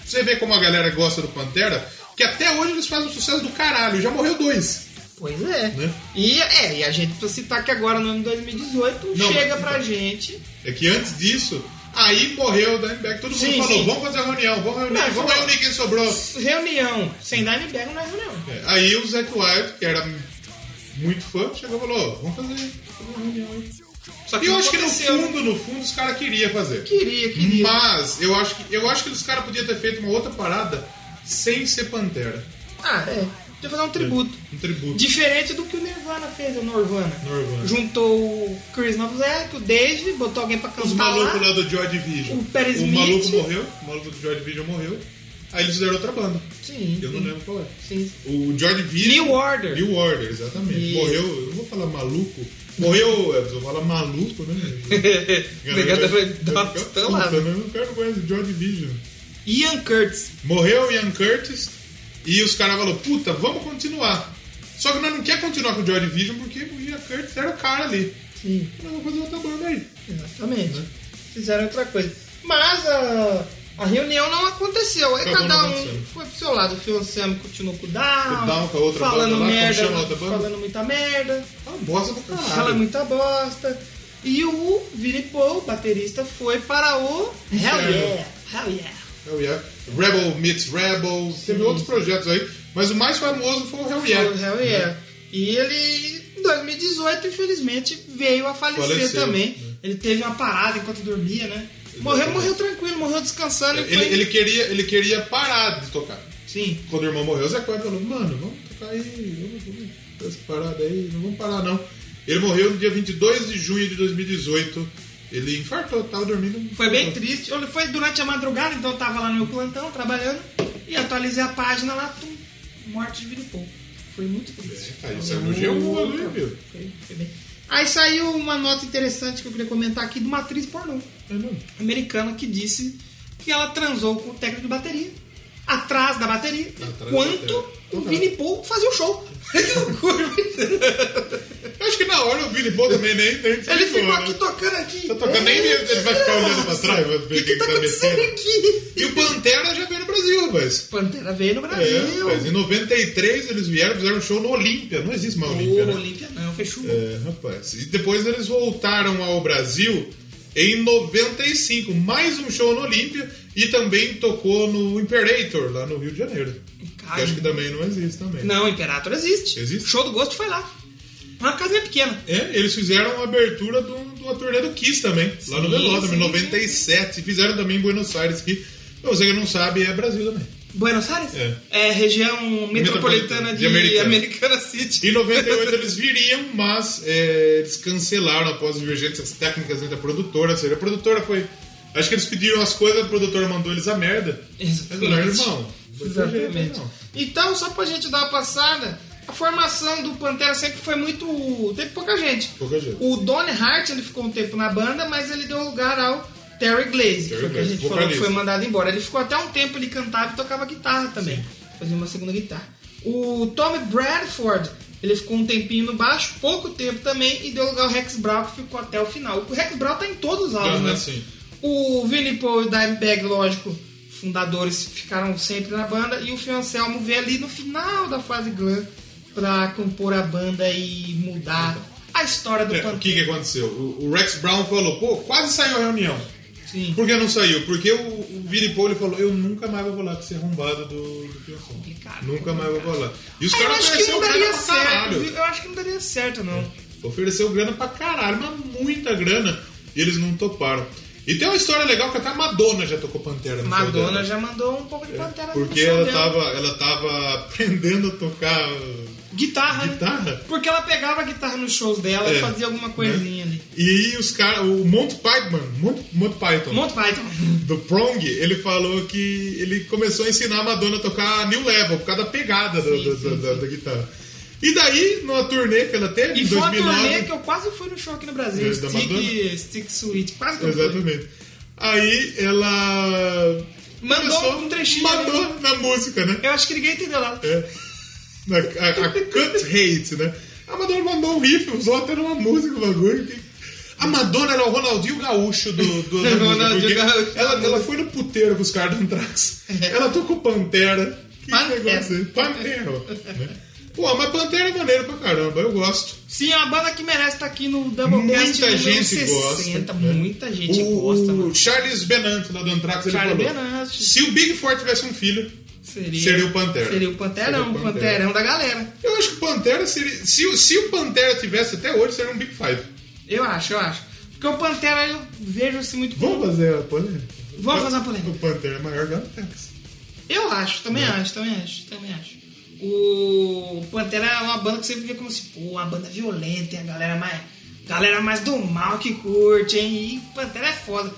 S2: Você vê como a galera gosta do Pantera, que até hoje eles fazem um sucesso do caralho, já morreu dois.
S1: Pois é.
S2: Né?
S1: E, é. e a gente precisa citar que agora no ano 2018
S2: Não,
S1: chega
S2: mas-
S1: pra gente.
S2: É que antes disso, aí morreu o Dimebag, todo mundo
S1: Sim,
S2: falou,
S1: sim.
S2: vamos fazer a reunião, vamos reunir,
S1: Não,
S2: vamos
S1: falou.
S2: reunir quem sobrou.
S1: Reunião. Sem dar MBR não é reunião.
S2: É, Aí o Zac Wild, que era muito fã, chegou e falou, "Ó, vamos fazer uma reunião aí.
S1: Só
S2: E eu acho que no
S1: aconteceu.
S2: fundo, no fundo, os caras queriam fazer.
S1: Queria, queria.
S2: Mas eu acho que eu acho que os caras podiam ter feito uma outra parada sem ser Pantera.
S1: Ah, é. Podia fazer um tributo.
S2: Um tributo.
S1: Diferente do que o Nirvana fez, o Norvana.
S2: Norvana.
S1: Juntou o Chris Novoselic, o Dave, botou alguém pra
S2: Os
S1: cantar
S2: malucos né?
S1: lá.
S2: lá do Joy Division.
S1: O Perry Smith.
S2: maluco morreu, o maluco do Joy Division morreu. Aí eles fizeram outra banda.
S1: Sim.
S2: Eu não lembro qual é.
S1: Sim.
S2: O Joy Division.
S1: New Order.
S2: New Order, exatamente.
S1: Isso.
S2: Morreu, eu não vou falar maluco. Morreu, é, eu vou falar maluco, né?
S1: (laughs) Obrigado, tá vai
S2: vai- vai
S1: dar uma
S2: ficar
S1: pistolada.
S2: puta, né? O cara não conhece o Joy Division.
S1: Ian Curtis.
S2: Morreu o Ian Curtis e os caras falaram, puta, vamos continuar. Só que nós não quer continuar com o Joy Division porque o Ian Curtis era o cara ali.
S1: Sim,
S2: Nós vamos fazer outra banda aí.
S1: exatamente.
S2: Uhum.
S1: Fizeram outra coisa. Mas a, a reunião não aconteceu. Aí
S2: Acabou
S1: cada
S2: não
S1: um
S2: acontecendo.
S1: foi pro seu lado. O Phil Anselmo continuou com o Down.
S2: O Down com a outra
S1: falando
S2: banda lá, como
S1: merda,
S2: chama a outra banda?
S1: falando muita merda.
S2: É uma bosta do caralho.
S1: Fala muita bosta. E o Vini Paul, baterista, foi para o Hell
S2: Inferno.
S1: Yeah. Hell Yeah.
S2: Hell Yeah. Rebel meets Rebel. Teve outros projetos aí. Mas o mais famoso foi o Hell
S1: Foi o
S2: Yeah.
S1: Hell Yeah. E ele, em 2018, infelizmente, veio a falecer
S2: Faleceu,
S1: também.
S2: né?
S1: Ele teve uma parada enquanto dormia, né? Morreu, morreu tranquilo, morreu descansando. e
S2: Ele,
S1: foi-
S2: ele queria, ele queria parar de tocar.
S1: Sim.
S2: Quando o irmão morreu, o Zé Coelho falou, mano, vamos tocar aí, vamos, vamos fazer essa parada aí, não vamos parar não. Ele morreu no dia 22 de junho de 2018. Ele infartou, tava dormindo.
S1: Foi bem triste. Olha, Foi durante a madrugada, então eu tava lá no meu plantão, trabalhando, e atualizei a página lá, tum, morte de Vini Paul. Foi muito triste.
S2: É, Caiu, saiu no G1 ali, viu?
S1: Foi, foi bem. Aí saiu uma nota interessante que eu queria comentar aqui de uma atriz pornô
S2: É, não.
S1: americana que disse que ela transou com o técnico de bateria atrás da bateria,
S2: Atrás
S1: enquanto
S2: da bateria.
S1: o Vini Paul fazia o
S2: (laughs)
S1: show.
S2: Eu Acho que na hora o Billy Paul também nem, nem
S1: Ele ficou
S2: né?
S1: aqui tocando aqui.
S2: Tá tocando, nem ele vai ficar olhando pra trás,
S1: (laughs)
S2: vai
S1: O que,
S2: ver
S1: que
S2: quem
S1: tá
S2: tá
S1: acontecendo
S2: mexendo.
S1: aqui?
S2: E o Pantera já veio no Brasil, mas.
S1: Pantera veio no
S2: É,
S1: Brasil.
S2: mas em 93 eles vieram, fizeram um show no Olímpia. Não existe mais Olímpia,
S1: Ô,
S2: né?
S1: Olímpia não, fechou.
S2: É, rapaz. E depois eles voltaram ao Brasil em 95. Mais um show no Olímpia e também tocou no Imperator, lá no Rio de Janeiro. Que
S1: Cara,
S2: acho que também não existe também.
S1: Não, Imperator existe.
S2: Existe?
S1: Show do Gosto foi lá. Uma casinha pequena.
S2: É, eles fizeram a abertura de um- de uma turnê do Kiss também, lá no
S1: Sim,
S2: Velódromo,
S1: sim,
S2: em 97. Fizeram também em Buenos Aires, que pra você que não sabe, é Brasil também.
S1: Buenos Aires?
S2: É.
S1: região metropolitana de,
S2: de Americana.
S1: Americana City.
S2: Em 98 eles viriam, mas é, eles cancelaram após divergências técnicas entre a produtora. Ou seja, a produtora foi. Acho que eles pediram as coisas, a produtora mandou eles a merda.
S1: Exatamente.
S2: Mas falaram, irmão. não foi desse jeito, não.
S1: Então, só pra gente dar uma passada, a formação do Pantera sempre foi muito. Teve pouca gente.
S2: Pouca gente.
S1: O Donny Hart ele ficou um tempo na banda, mas ele deu lugar ao Terry Glaze, que
S2: Terry
S1: foi o que a
S2: Glaze,
S1: gente falou que
S2: vocalista.
S1: foi mandado embora. Ele ficou até um tempo, ele cantava e tocava guitarra também. Fazia uma segunda guitarra. O Tommy Bradford, ele ficou um tempinho no baixo, pouco tempo também, e deu lugar ao Rex Brown, que ficou até o final. O Rex Brown tá em todos os álbuns,
S2: Aham,
S1: né?
S2: sim.
S1: O Vinnie Paul e o Dimebag, lógico, fundadores, ficaram sempre na banda. E o Phil Anselmo veio ali no final da fase glam pra compor a banda e mudar a história do
S2: É, o
S1: Pantera.
S2: que, que aconteceu? O, o Rex Brown falou, pô, quase saiu a reunião.
S1: Sim.
S2: Por que não saiu? Porque o, o Vini Paul ele falou, eu nunca mais vou rolar com esse arrombado do, do Pianson.
S1: Complicado, né?
S2: Nunca mais vou rolar. E os
S1: Ah, eu
S2: caras
S1: acho que
S2: ofereceram
S1: não
S2: grana
S1: daria
S2: pra
S1: certo.
S2: caralho. É,
S1: viu? Eu acho que não daria certo, não.
S2: Ofereceu grana pra caralho, mas muita grana. E eles não toparam. E tem uma história legal que até a Madonna já tocou Pantera no show
S1: Madonna
S2: dela.
S1: já mandou um pouco de pantera no
S2: É, Porque
S1: show
S2: ela
S1: dela.
S2: tava, ela tava aprendendo a tocar uh,
S1: Guitarra. né?
S2: guitarra.
S1: Porque ela pegava a guitarra nos shows dela e
S2: É,
S1: fazia alguma coisinha ali.
S2: E os caras, o Monty Python, Monty, Monty Python
S1: Monty Python.
S2: do Prong, ele falou que ele começou a ensinar a Madonna a tocar New Level por causa da pegada da- da, da- da- da guitarra. E daí, numa turnê que ela teve
S1: E
S2: em
S1: foi uma
S2: 2009,
S1: turnê que eu quase fui no show aqui no Brasil.
S2: Da Madonna?
S1: Stick, Stick Suite. Quase que eu fui.
S2: Exatamente. Aí ela.
S1: Mandou
S2: começou-
S1: um trechinho
S2: Mandou
S1: ali.
S2: na música, né?
S1: Eu acho que ninguém entendeu lá.
S2: Na, a, a Cut Hate, né? A Madonna mandou um riff, usou até numa música o bagulho. que- A Madonna era o Ronaldinho Gaúcho do, do
S1: (laughs)
S2: da música,
S1: Ronaldinho
S2: porque
S1: Gaúcho.
S2: Ela, ela foi no puteiro com os caras do
S1: (laughs)
S2: Antrax. Ela tocou Pantera. Que
S1: Pantera.
S2: negócio aí? Pantera. né? Pô, mas Pantera é maneiro pra caramba, eu gosto.
S1: Sim, é uma banda que merece estar aqui no Doublecast
S2: Muita
S1: número
S2: gente
S1: 60.
S2: gosta. né?
S1: Muita gente
S2: o
S1: gosta, mano.
S2: Charles Benante lá do Antrax, ele
S1: Charlie
S2: falou.
S1: Benante.
S2: Se o Big Four tivesse um filho,
S1: Seria,
S2: Seria o Pantera.
S1: Seria o Panterão,
S2: Seria o
S1: o Panterão da galera.
S2: eu acho que o Pantera seria. Se, o- se o Pantera tivesse até hoje, seria um Big Five.
S1: Eu acho, eu acho. Porque o Pantera eu vejo assim muito
S2: Vamos fazer a polêmica?
S1: Vamos fazer uma polêmica.
S2: O Pantera é maior que o Antrax.
S1: Eu acho, também
S2: Né?
S1: acho, também acho, também acho. O Pantera é uma banda que você vê como se, pô, uma banda violenta, hein? a galera mais. Galera mais do mal que curte, hein? E Pantera é foda.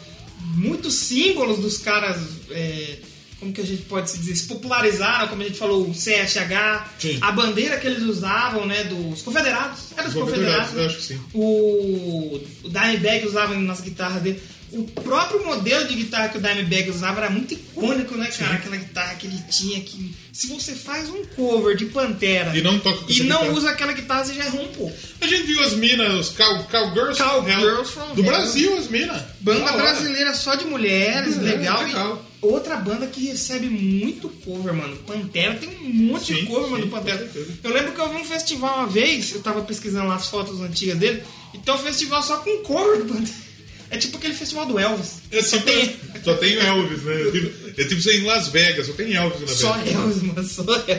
S1: Muitos símbolos dos caras. é, como que a gente pode se dizer? Se popularizaram, como a gente falou, o CSH,
S2: Sim.
S1: a bandeira que eles usavam, né? Dos confederados. Era dos
S2: Os
S1: confederados,
S2: Confederados,
S1: né?
S2: eu acho que sim.
S1: O, o Dimebag usava nas guitarras dele. O próprio modelo de guitarra que o Dimebag usava era muito icônico, né, cara? Aquela guitarra que ele tinha que. Se você faz um cover de Pantera
S2: E não toca com
S1: e
S2: essa
S1: não
S2: guitarra.
S1: usa aquela guitarra, você já errou um pouco.
S2: A gente viu as minas, os cow, Cowgirls
S1: Cowgirls
S2: from Hell,
S1: from
S2: do
S1: Hell.
S2: Brasil, as minas.
S1: Banda
S2: Da hora.
S1: brasileira só de mulheres,
S2: É,
S1: legal.
S2: legal.
S1: E outra banda que recebe muito cover, mano. Pantera tem um monte de
S2: Sim,
S1: cover,
S2: sim,
S1: mano, do
S2: com
S1: Pantera.
S2: certeza.
S1: Eu lembro que eu vi um festival uma vez, eu tava pesquisando lá as fotos antigas dele, e tem um festival só com cover do Pantera. É tipo aquele festival do Elvis.
S2: É só, tem... só tem Elvis, né? É tipo, é tipo você ir em Las Vegas, só tem Elvis na
S1: Só
S2: Vegas.
S1: Elvis, mano, só Elvis.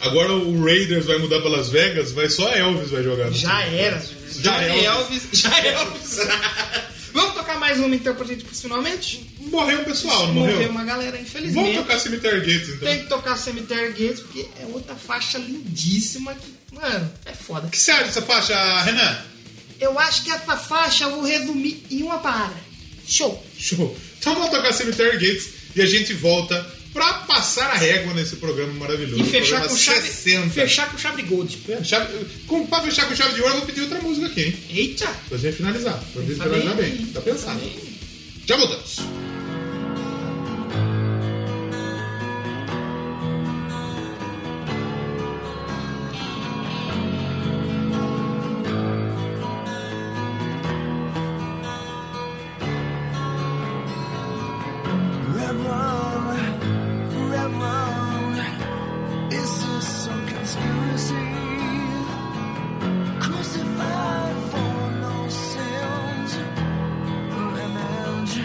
S2: Agora o Raiders vai mudar pra Las Vegas, vai só Elvis vai jogar.
S1: Já era.
S2: Já é
S1: Johnny
S2: era.
S1: Elvis. Já Elvis. Vamos tocar mais uma então pra gente ir pros finalmente?
S2: Morreu o pessoal, não morreu?
S1: uma galera,
S2: Vamos
S1: infelizmente.
S2: tocar Cemetery Gates, então.
S1: Tem que tocar Cemetery Gates, porque é outra faixa lindíssima que, mano, é foda.
S2: O que você acha dessa faixa, Renan?
S1: Eu acho que essa faixa eu vou resumir em uma palavra. Show.
S2: Show. Então vamos tocar Cemetery Gates e a gente volta pra passar a régua nesse programa maravilhoso.
S1: E fechar
S2: É um programa
S1: com chave,
S2: 60.
S1: fechar com chave de gold.
S2: É, chave- com, pra fechar com chave de ouro, eu vou pedir outra música aqui, hein?
S1: Eita.
S2: Pra gente finalizar. Pra gente
S1: Tá
S2: finalizar
S1: bem,
S2: bem. Tá pensado. Já voltamos.
S5: Reverend, Reverend, is this some conspiracy? Crucified for no sins, an image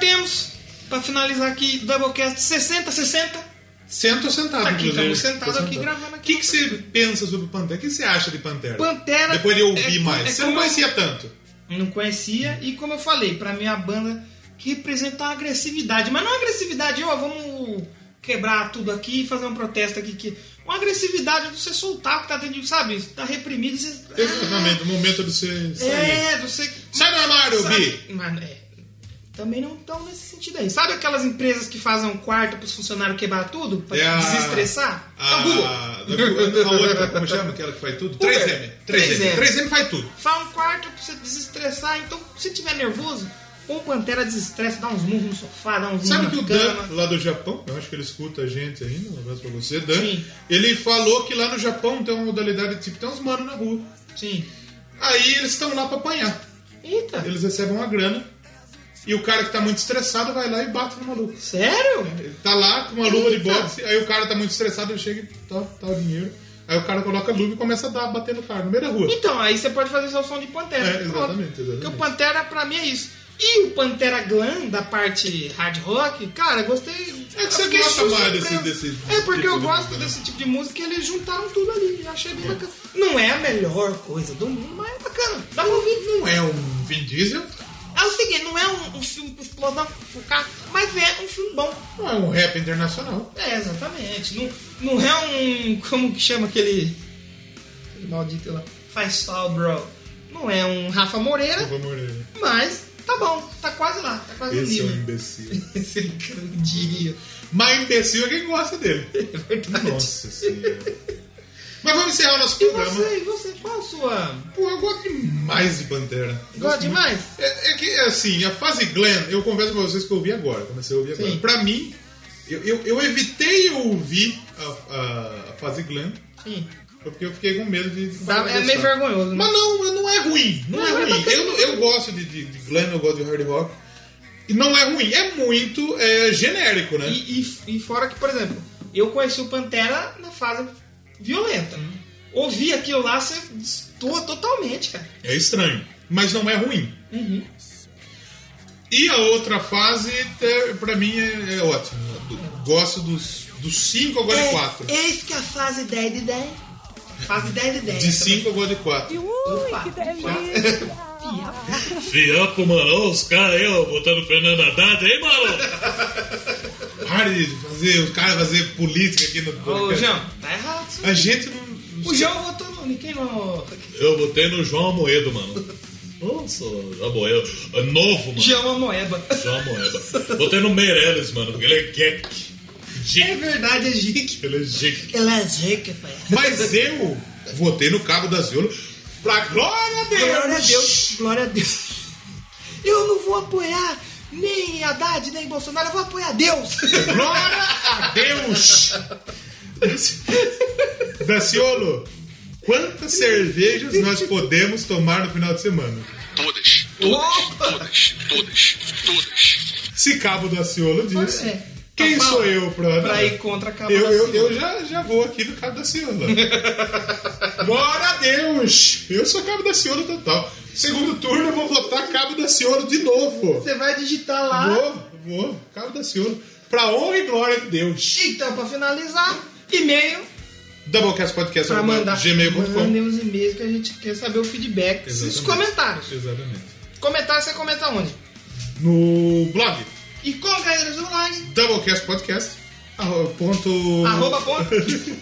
S1: temos, Então pra finalizar aqui, Doublecast 60-60.
S2: Senta ou sentado,
S1: Aqui,
S2: inclusive.
S1: estamos sentados aqui gravando
S2: O
S1: aqui.
S2: que, que você pensa sobre o Pantera? O que você acha de Pantera?
S1: Pantera
S2: Depois de ouvir
S1: é-
S2: mais.
S1: é
S2: você não
S1: como- Ah.
S2: conhecia tanto.
S1: Não conhecia, e como eu falei, pra mim é a banda que representa a agressividade, mas não a agressividade, ó, vamos quebrar tudo aqui e fazer um protesto aqui. Que... Uma agressividade de você soltar o que tá dentro de, sabe, tá reprimido e você.
S2: Exatamente, o momento de você sair.
S1: É, você.
S2: Sai do armário,
S1: Sabe-
S2: Bi!
S1: Mas, é, também não estão nesse sentido aí. Sabe aquelas empresas que fazem um quarto pros funcionários quebrar tudo? Pra
S2: É a-
S1: desestressar? Então,
S2: A, Ah, a,
S1: Google.
S2: outra, como chama aquela que faz tudo? 3M.
S1: 3M.
S2: 3M. 3M faz tudo.
S1: Faz um quarto pra você desestressar. Então, se tiver nervoso, com Pantera desestressa, dá uns murros no sofá, dá uns
S2: Sabe que o
S1: murros na
S2: Dan,
S1: cama.
S2: lá do Japão, eu acho que ele escuta a gente ainda, um abraço pra você, Dan.
S1: Sim.
S2: Ele falou que lá no Japão tem uma modalidade tipo, tem uns manos na rua.
S1: Sim.
S2: Aí eles estão lá pra apanhar.
S1: Eita,
S2: Eles recebem uma grana. E o cara que tá muito estressado vai lá e bate no maluco.
S1: sério?
S2: Ele tá lá com uma luva de
S1: Eita.
S2: boxe, aí o cara tá muito estressado, ele chega e tá, tá o dinheiro. Aí o cara coloca a luva e começa a dar, bater no cara, no meio da rua.
S1: Então, aí você pode fazer seu som de Pantera.
S2: É,
S1: Pronto.
S2: exatamente, exatamente.
S1: Porque o Pantera, pra mim, é isso. E o Pantera Glam, da parte hard rock, cara, eu gostei.
S2: É que você
S1: Eu fiquei
S2: gosta mais
S1: surpreso.
S2: desse- desse
S1: É porque
S2: tipo
S1: eu
S2: de
S1: gosto
S2: música, né?
S1: desse tipo de música e eles juntaram tudo ali. Eu achei bem bacana. Não é a melhor coisa do mundo, mas é bacana. Dá pra ouvir.
S2: Não é um Vin Diesel,
S1: É o seguinte, não é um, um filme pra explosão, pro carro, mas é um filme bom.
S2: não é um rap internacional.
S1: É, exatamente. Não, não é um. Como que chama aquele. aquele maldito lá. Faz sol, bro. Não é um Rafa Moreira,
S2: Vamos ver.
S1: mas tá bom, tá quase lá, tá quase no
S2: Esse é um (laughs)
S1: nível.
S2: imbecil.
S1: Esse cara não diria.
S2: Mas imbecil é quem gosta dele.
S1: (laughs) É verdade.
S2: Nossa senhora. Mas vamos encerrar o nosso
S1: E
S2: programa.
S1: você, e você, qual a sua.
S2: Pô, eu gosto demais de Pantera.
S1: Gosta demais?
S2: É, é que, assim, a fase Glenn, eu confesso pra vocês que eu ouvi agora, comecei a ouvir agora.
S1: Sim.
S2: Pra mim, eu, eu, eu evitei ouvir a, a, a fase Glenn,
S1: Sim.
S2: porque eu fiquei com medo de.
S1: Dá- é meio
S2: deixar.
S1: vergonhoso, né?
S2: Mas não, não é ruim. Não,
S1: Não,
S2: é
S1: é
S2: ruim.
S1: bacana.
S2: eu, não- eu gosto de, de, de Glenn, eu gosto de hard rock. E não é ruim, é muito é, genérico, né?
S1: E, e- e fora que, por exemplo, eu conheci o Pantera na fase violenta. Ouvir aquilo lá, você destoa totalmente, cara.
S2: É estranho, mas não é ruim.
S1: Uhum.
S2: E a outra fase, é, pra mim, é, é ótima. Gosto dos 5, agora é de 4.
S1: É, Eis que a fase 10 de 10. Fase 10 de 10.
S2: De é 5 eu gosto de 4.
S1: Opa.
S6: Fiapo, mano, os caras aí, ó, botando Fernando Haddad aí, mano.
S2: Pare de fazer os caras fazer política aqui no
S1: Ô, João, tá errado. isso.
S2: A gente não.
S1: O João votou no Nick no.
S6: Eu botei no João Amoedo, mano. Nossa, Amoedo. É novo, mano.
S1: João Amoeba. (laughs)
S6: João Amoedo. Botei no Meirelles, mano, porque ele é geek.
S1: É verdade, é Jique.
S6: Ele é geek.
S1: Ela é Jique, pai.
S2: Mas eu votei no Cabo da Ziola. Pra glória a Deus!
S1: Glória a Deus, glória a Deus. Eu não vou apoiar nem Haddad, nem Bolsonaro, eu vou apoiar Deus.
S2: Glória a Deus! Daciolo, quantas cervejas nós podemos tomar no final de semana?
S7: Todas,
S1: (laughs) Opa!
S7: todas, todas, todas.
S2: Se Cabo Daciolo disse.
S1: É.
S2: Quem
S1: Pra-
S2: sou eu pra,
S1: Pra ir contra a capa
S2: eu,
S1: da
S2: eu, eu
S1: Silva.
S2: já, já vou aqui do Cabo da Ciolo. Glória a Deus! Eu sou Cabo da Ciolo total. Segundo turno eu vou votar Cabo da Ciolo de novo.
S1: Você vai digitar lá.
S2: Vou, vou, Cabo da Ciolo. Pra honra e glória de Deus.
S1: Então, pra finalizar, e-mail pra mandar.
S2: Doublecastpodcast.gmail.com
S1: Mandem os e-mails que a gente quer saber o feedback. Os
S2: Exatamente.
S1: comentários.
S2: Exatamente.
S1: Comentário você comenta onde?
S2: No blog
S1: E é como galera online?
S2: Doublecastpodcast. arro- Ponto...
S1: Arroba ponto.
S2: É que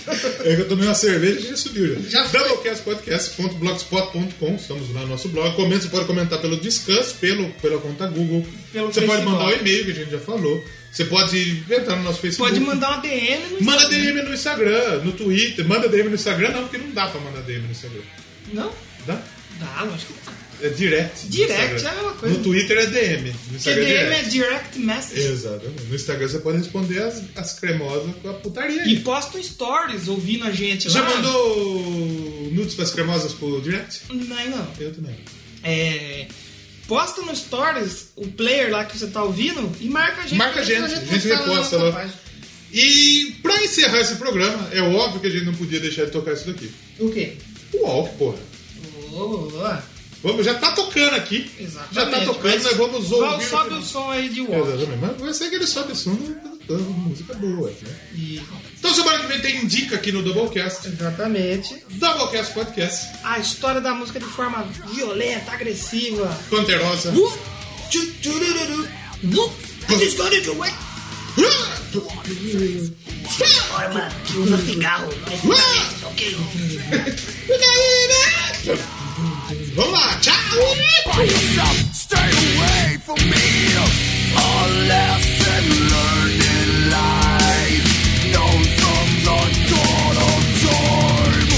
S2: (laughs) eu tomei uma cerveja e já subiu já.
S1: Já foi.
S2: Doublecastpodcast.blogspot.com, estamos lá no nosso blog. Comenta, você pode comentar pelo Discuss, pelo, pela conta Google.
S1: Pelo
S2: você pode
S1: Facebook.
S2: mandar o e-mail que a gente já falou. Você pode entrar no nosso Facebook.
S1: Pode mandar uma DM. no
S2: Manda
S1: Instagram.
S2: DM no Instagram, no Twitter. Manda DM no Instagram, não, porque não dá pra mandar DM no Instagram.
S1: Não?
S2: Dá?
S1: Dá, lógico que dá.
S2: É direct. no
S1: Direct
S2: Instagram.
S1: é a mesma coisa.
S2: No Twitter é DM. No
S1: Porque
S2: Instagram é
S1: DM é
S2: direct.
S1: direct message.
S2: Exatamente. No Instagram você pode responder as, as cremosas com a putaria.
S1: E posta um stories ouvindo a gente lá.
S2: É. Já mandou nudes pras cremosas pro direct?
S1: Não, não.
S2: Eu também.
S1: É, Posta no stories o player lá que você tá ouvindo e marca a gente.
S2: Marca a gente,
S1: pra
S2: a gente
S1: postar na
S2: reposta
S1: nossa
S2: lá.
S1: página.
S2: E pra encerrar esse programa, é óbvio que a gente não podia deixar de tocar isso daqui.
S1: O quê?
S2: O Walk, porra.
S1: Ô, ô, ô.
S2: Vamos, já tá tocando aqui.
S1: Exatamente.
S2: Já tá tocando,
S1: mas
S2: nós vamos ouvir.
S1: Vamos, sobe o som aí de Walk.
S2: Exatamente. Mas vai ser aquele sobe o som, né? música boa. né?
S1: E-
S2: Então semana que vem tem dica aqui no Doublecast.
S1: Exatamente.
S2: Doublecast Podcast.
S1: A história da música de forma violenta, agressiva.
S2: Panterosa.
S1: Whoop, tchu, tchurururu, whoop, I just got it away. Uh!
S3: Agora, mano, que usa cigarro.
S2: Uh!
S3: Perfeitamente, ok?
S2: Vamos lá, tchau!
S5: Stay away from me. A lesson learned in life known from the dawn of time.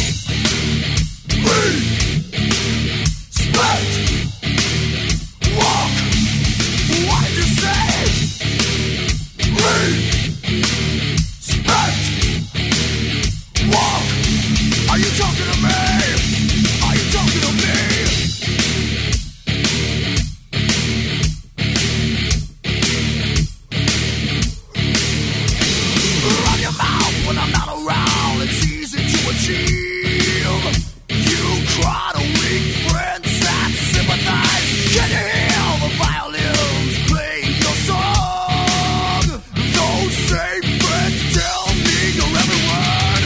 S5: Respect. Walk. What you say? Respect. Walk. Are you talking to me? Are you talking to me? Run your mouth when I'm not around. It's easy to achieve. You cry to weak friends that sympathize. Can you hear the violins playing your song? Those same friends tell me your every word.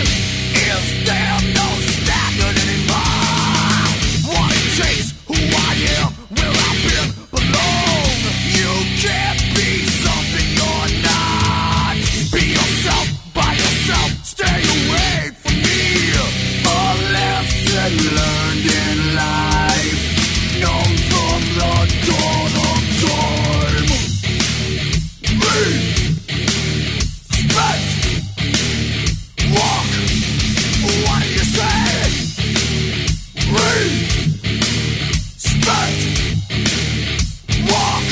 S5: Is there no standard anymore? What it takes, who I am, where I've been, belong. You can't be something you're not. Be yourself by yourself. Stay away from me. A lesson learned in life, known from the dawn of time. Respect. Walk. What do you say? Respect. Walk.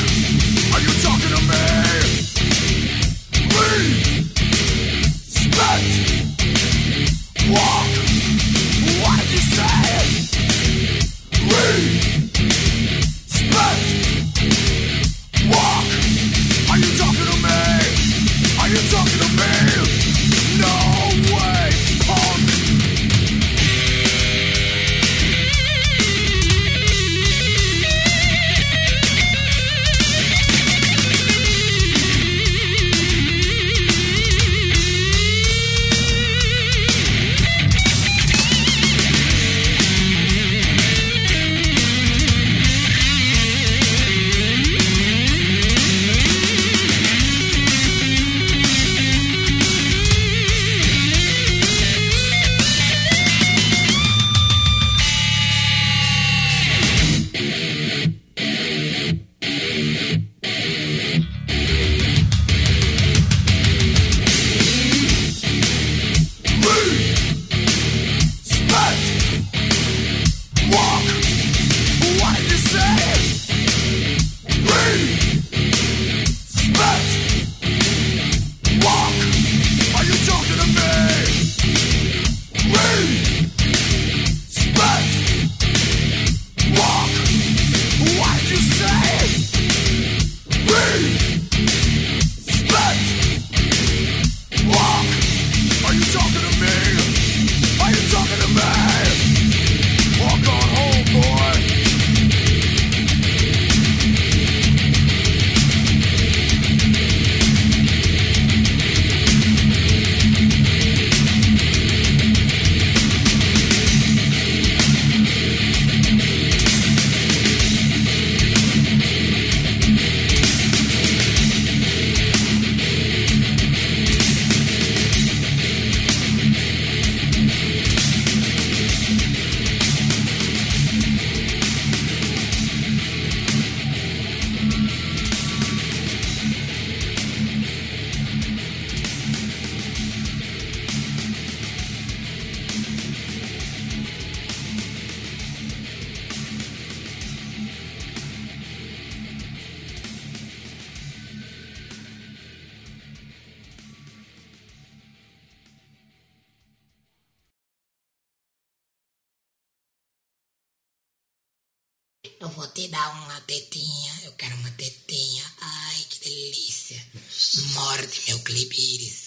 S5: Are you talking to me? Respect. Walk. What did you say? Respect. Walk. Are you talking to me? Are you talking to me? No way, punk. Walk! Are you talking to me? Are you talking to me? Walk on home, boy.
S3: Eu vou te dar uma tetinha. Eu quero uma tetinha. Ai, que delícia. Morde meu clibíris.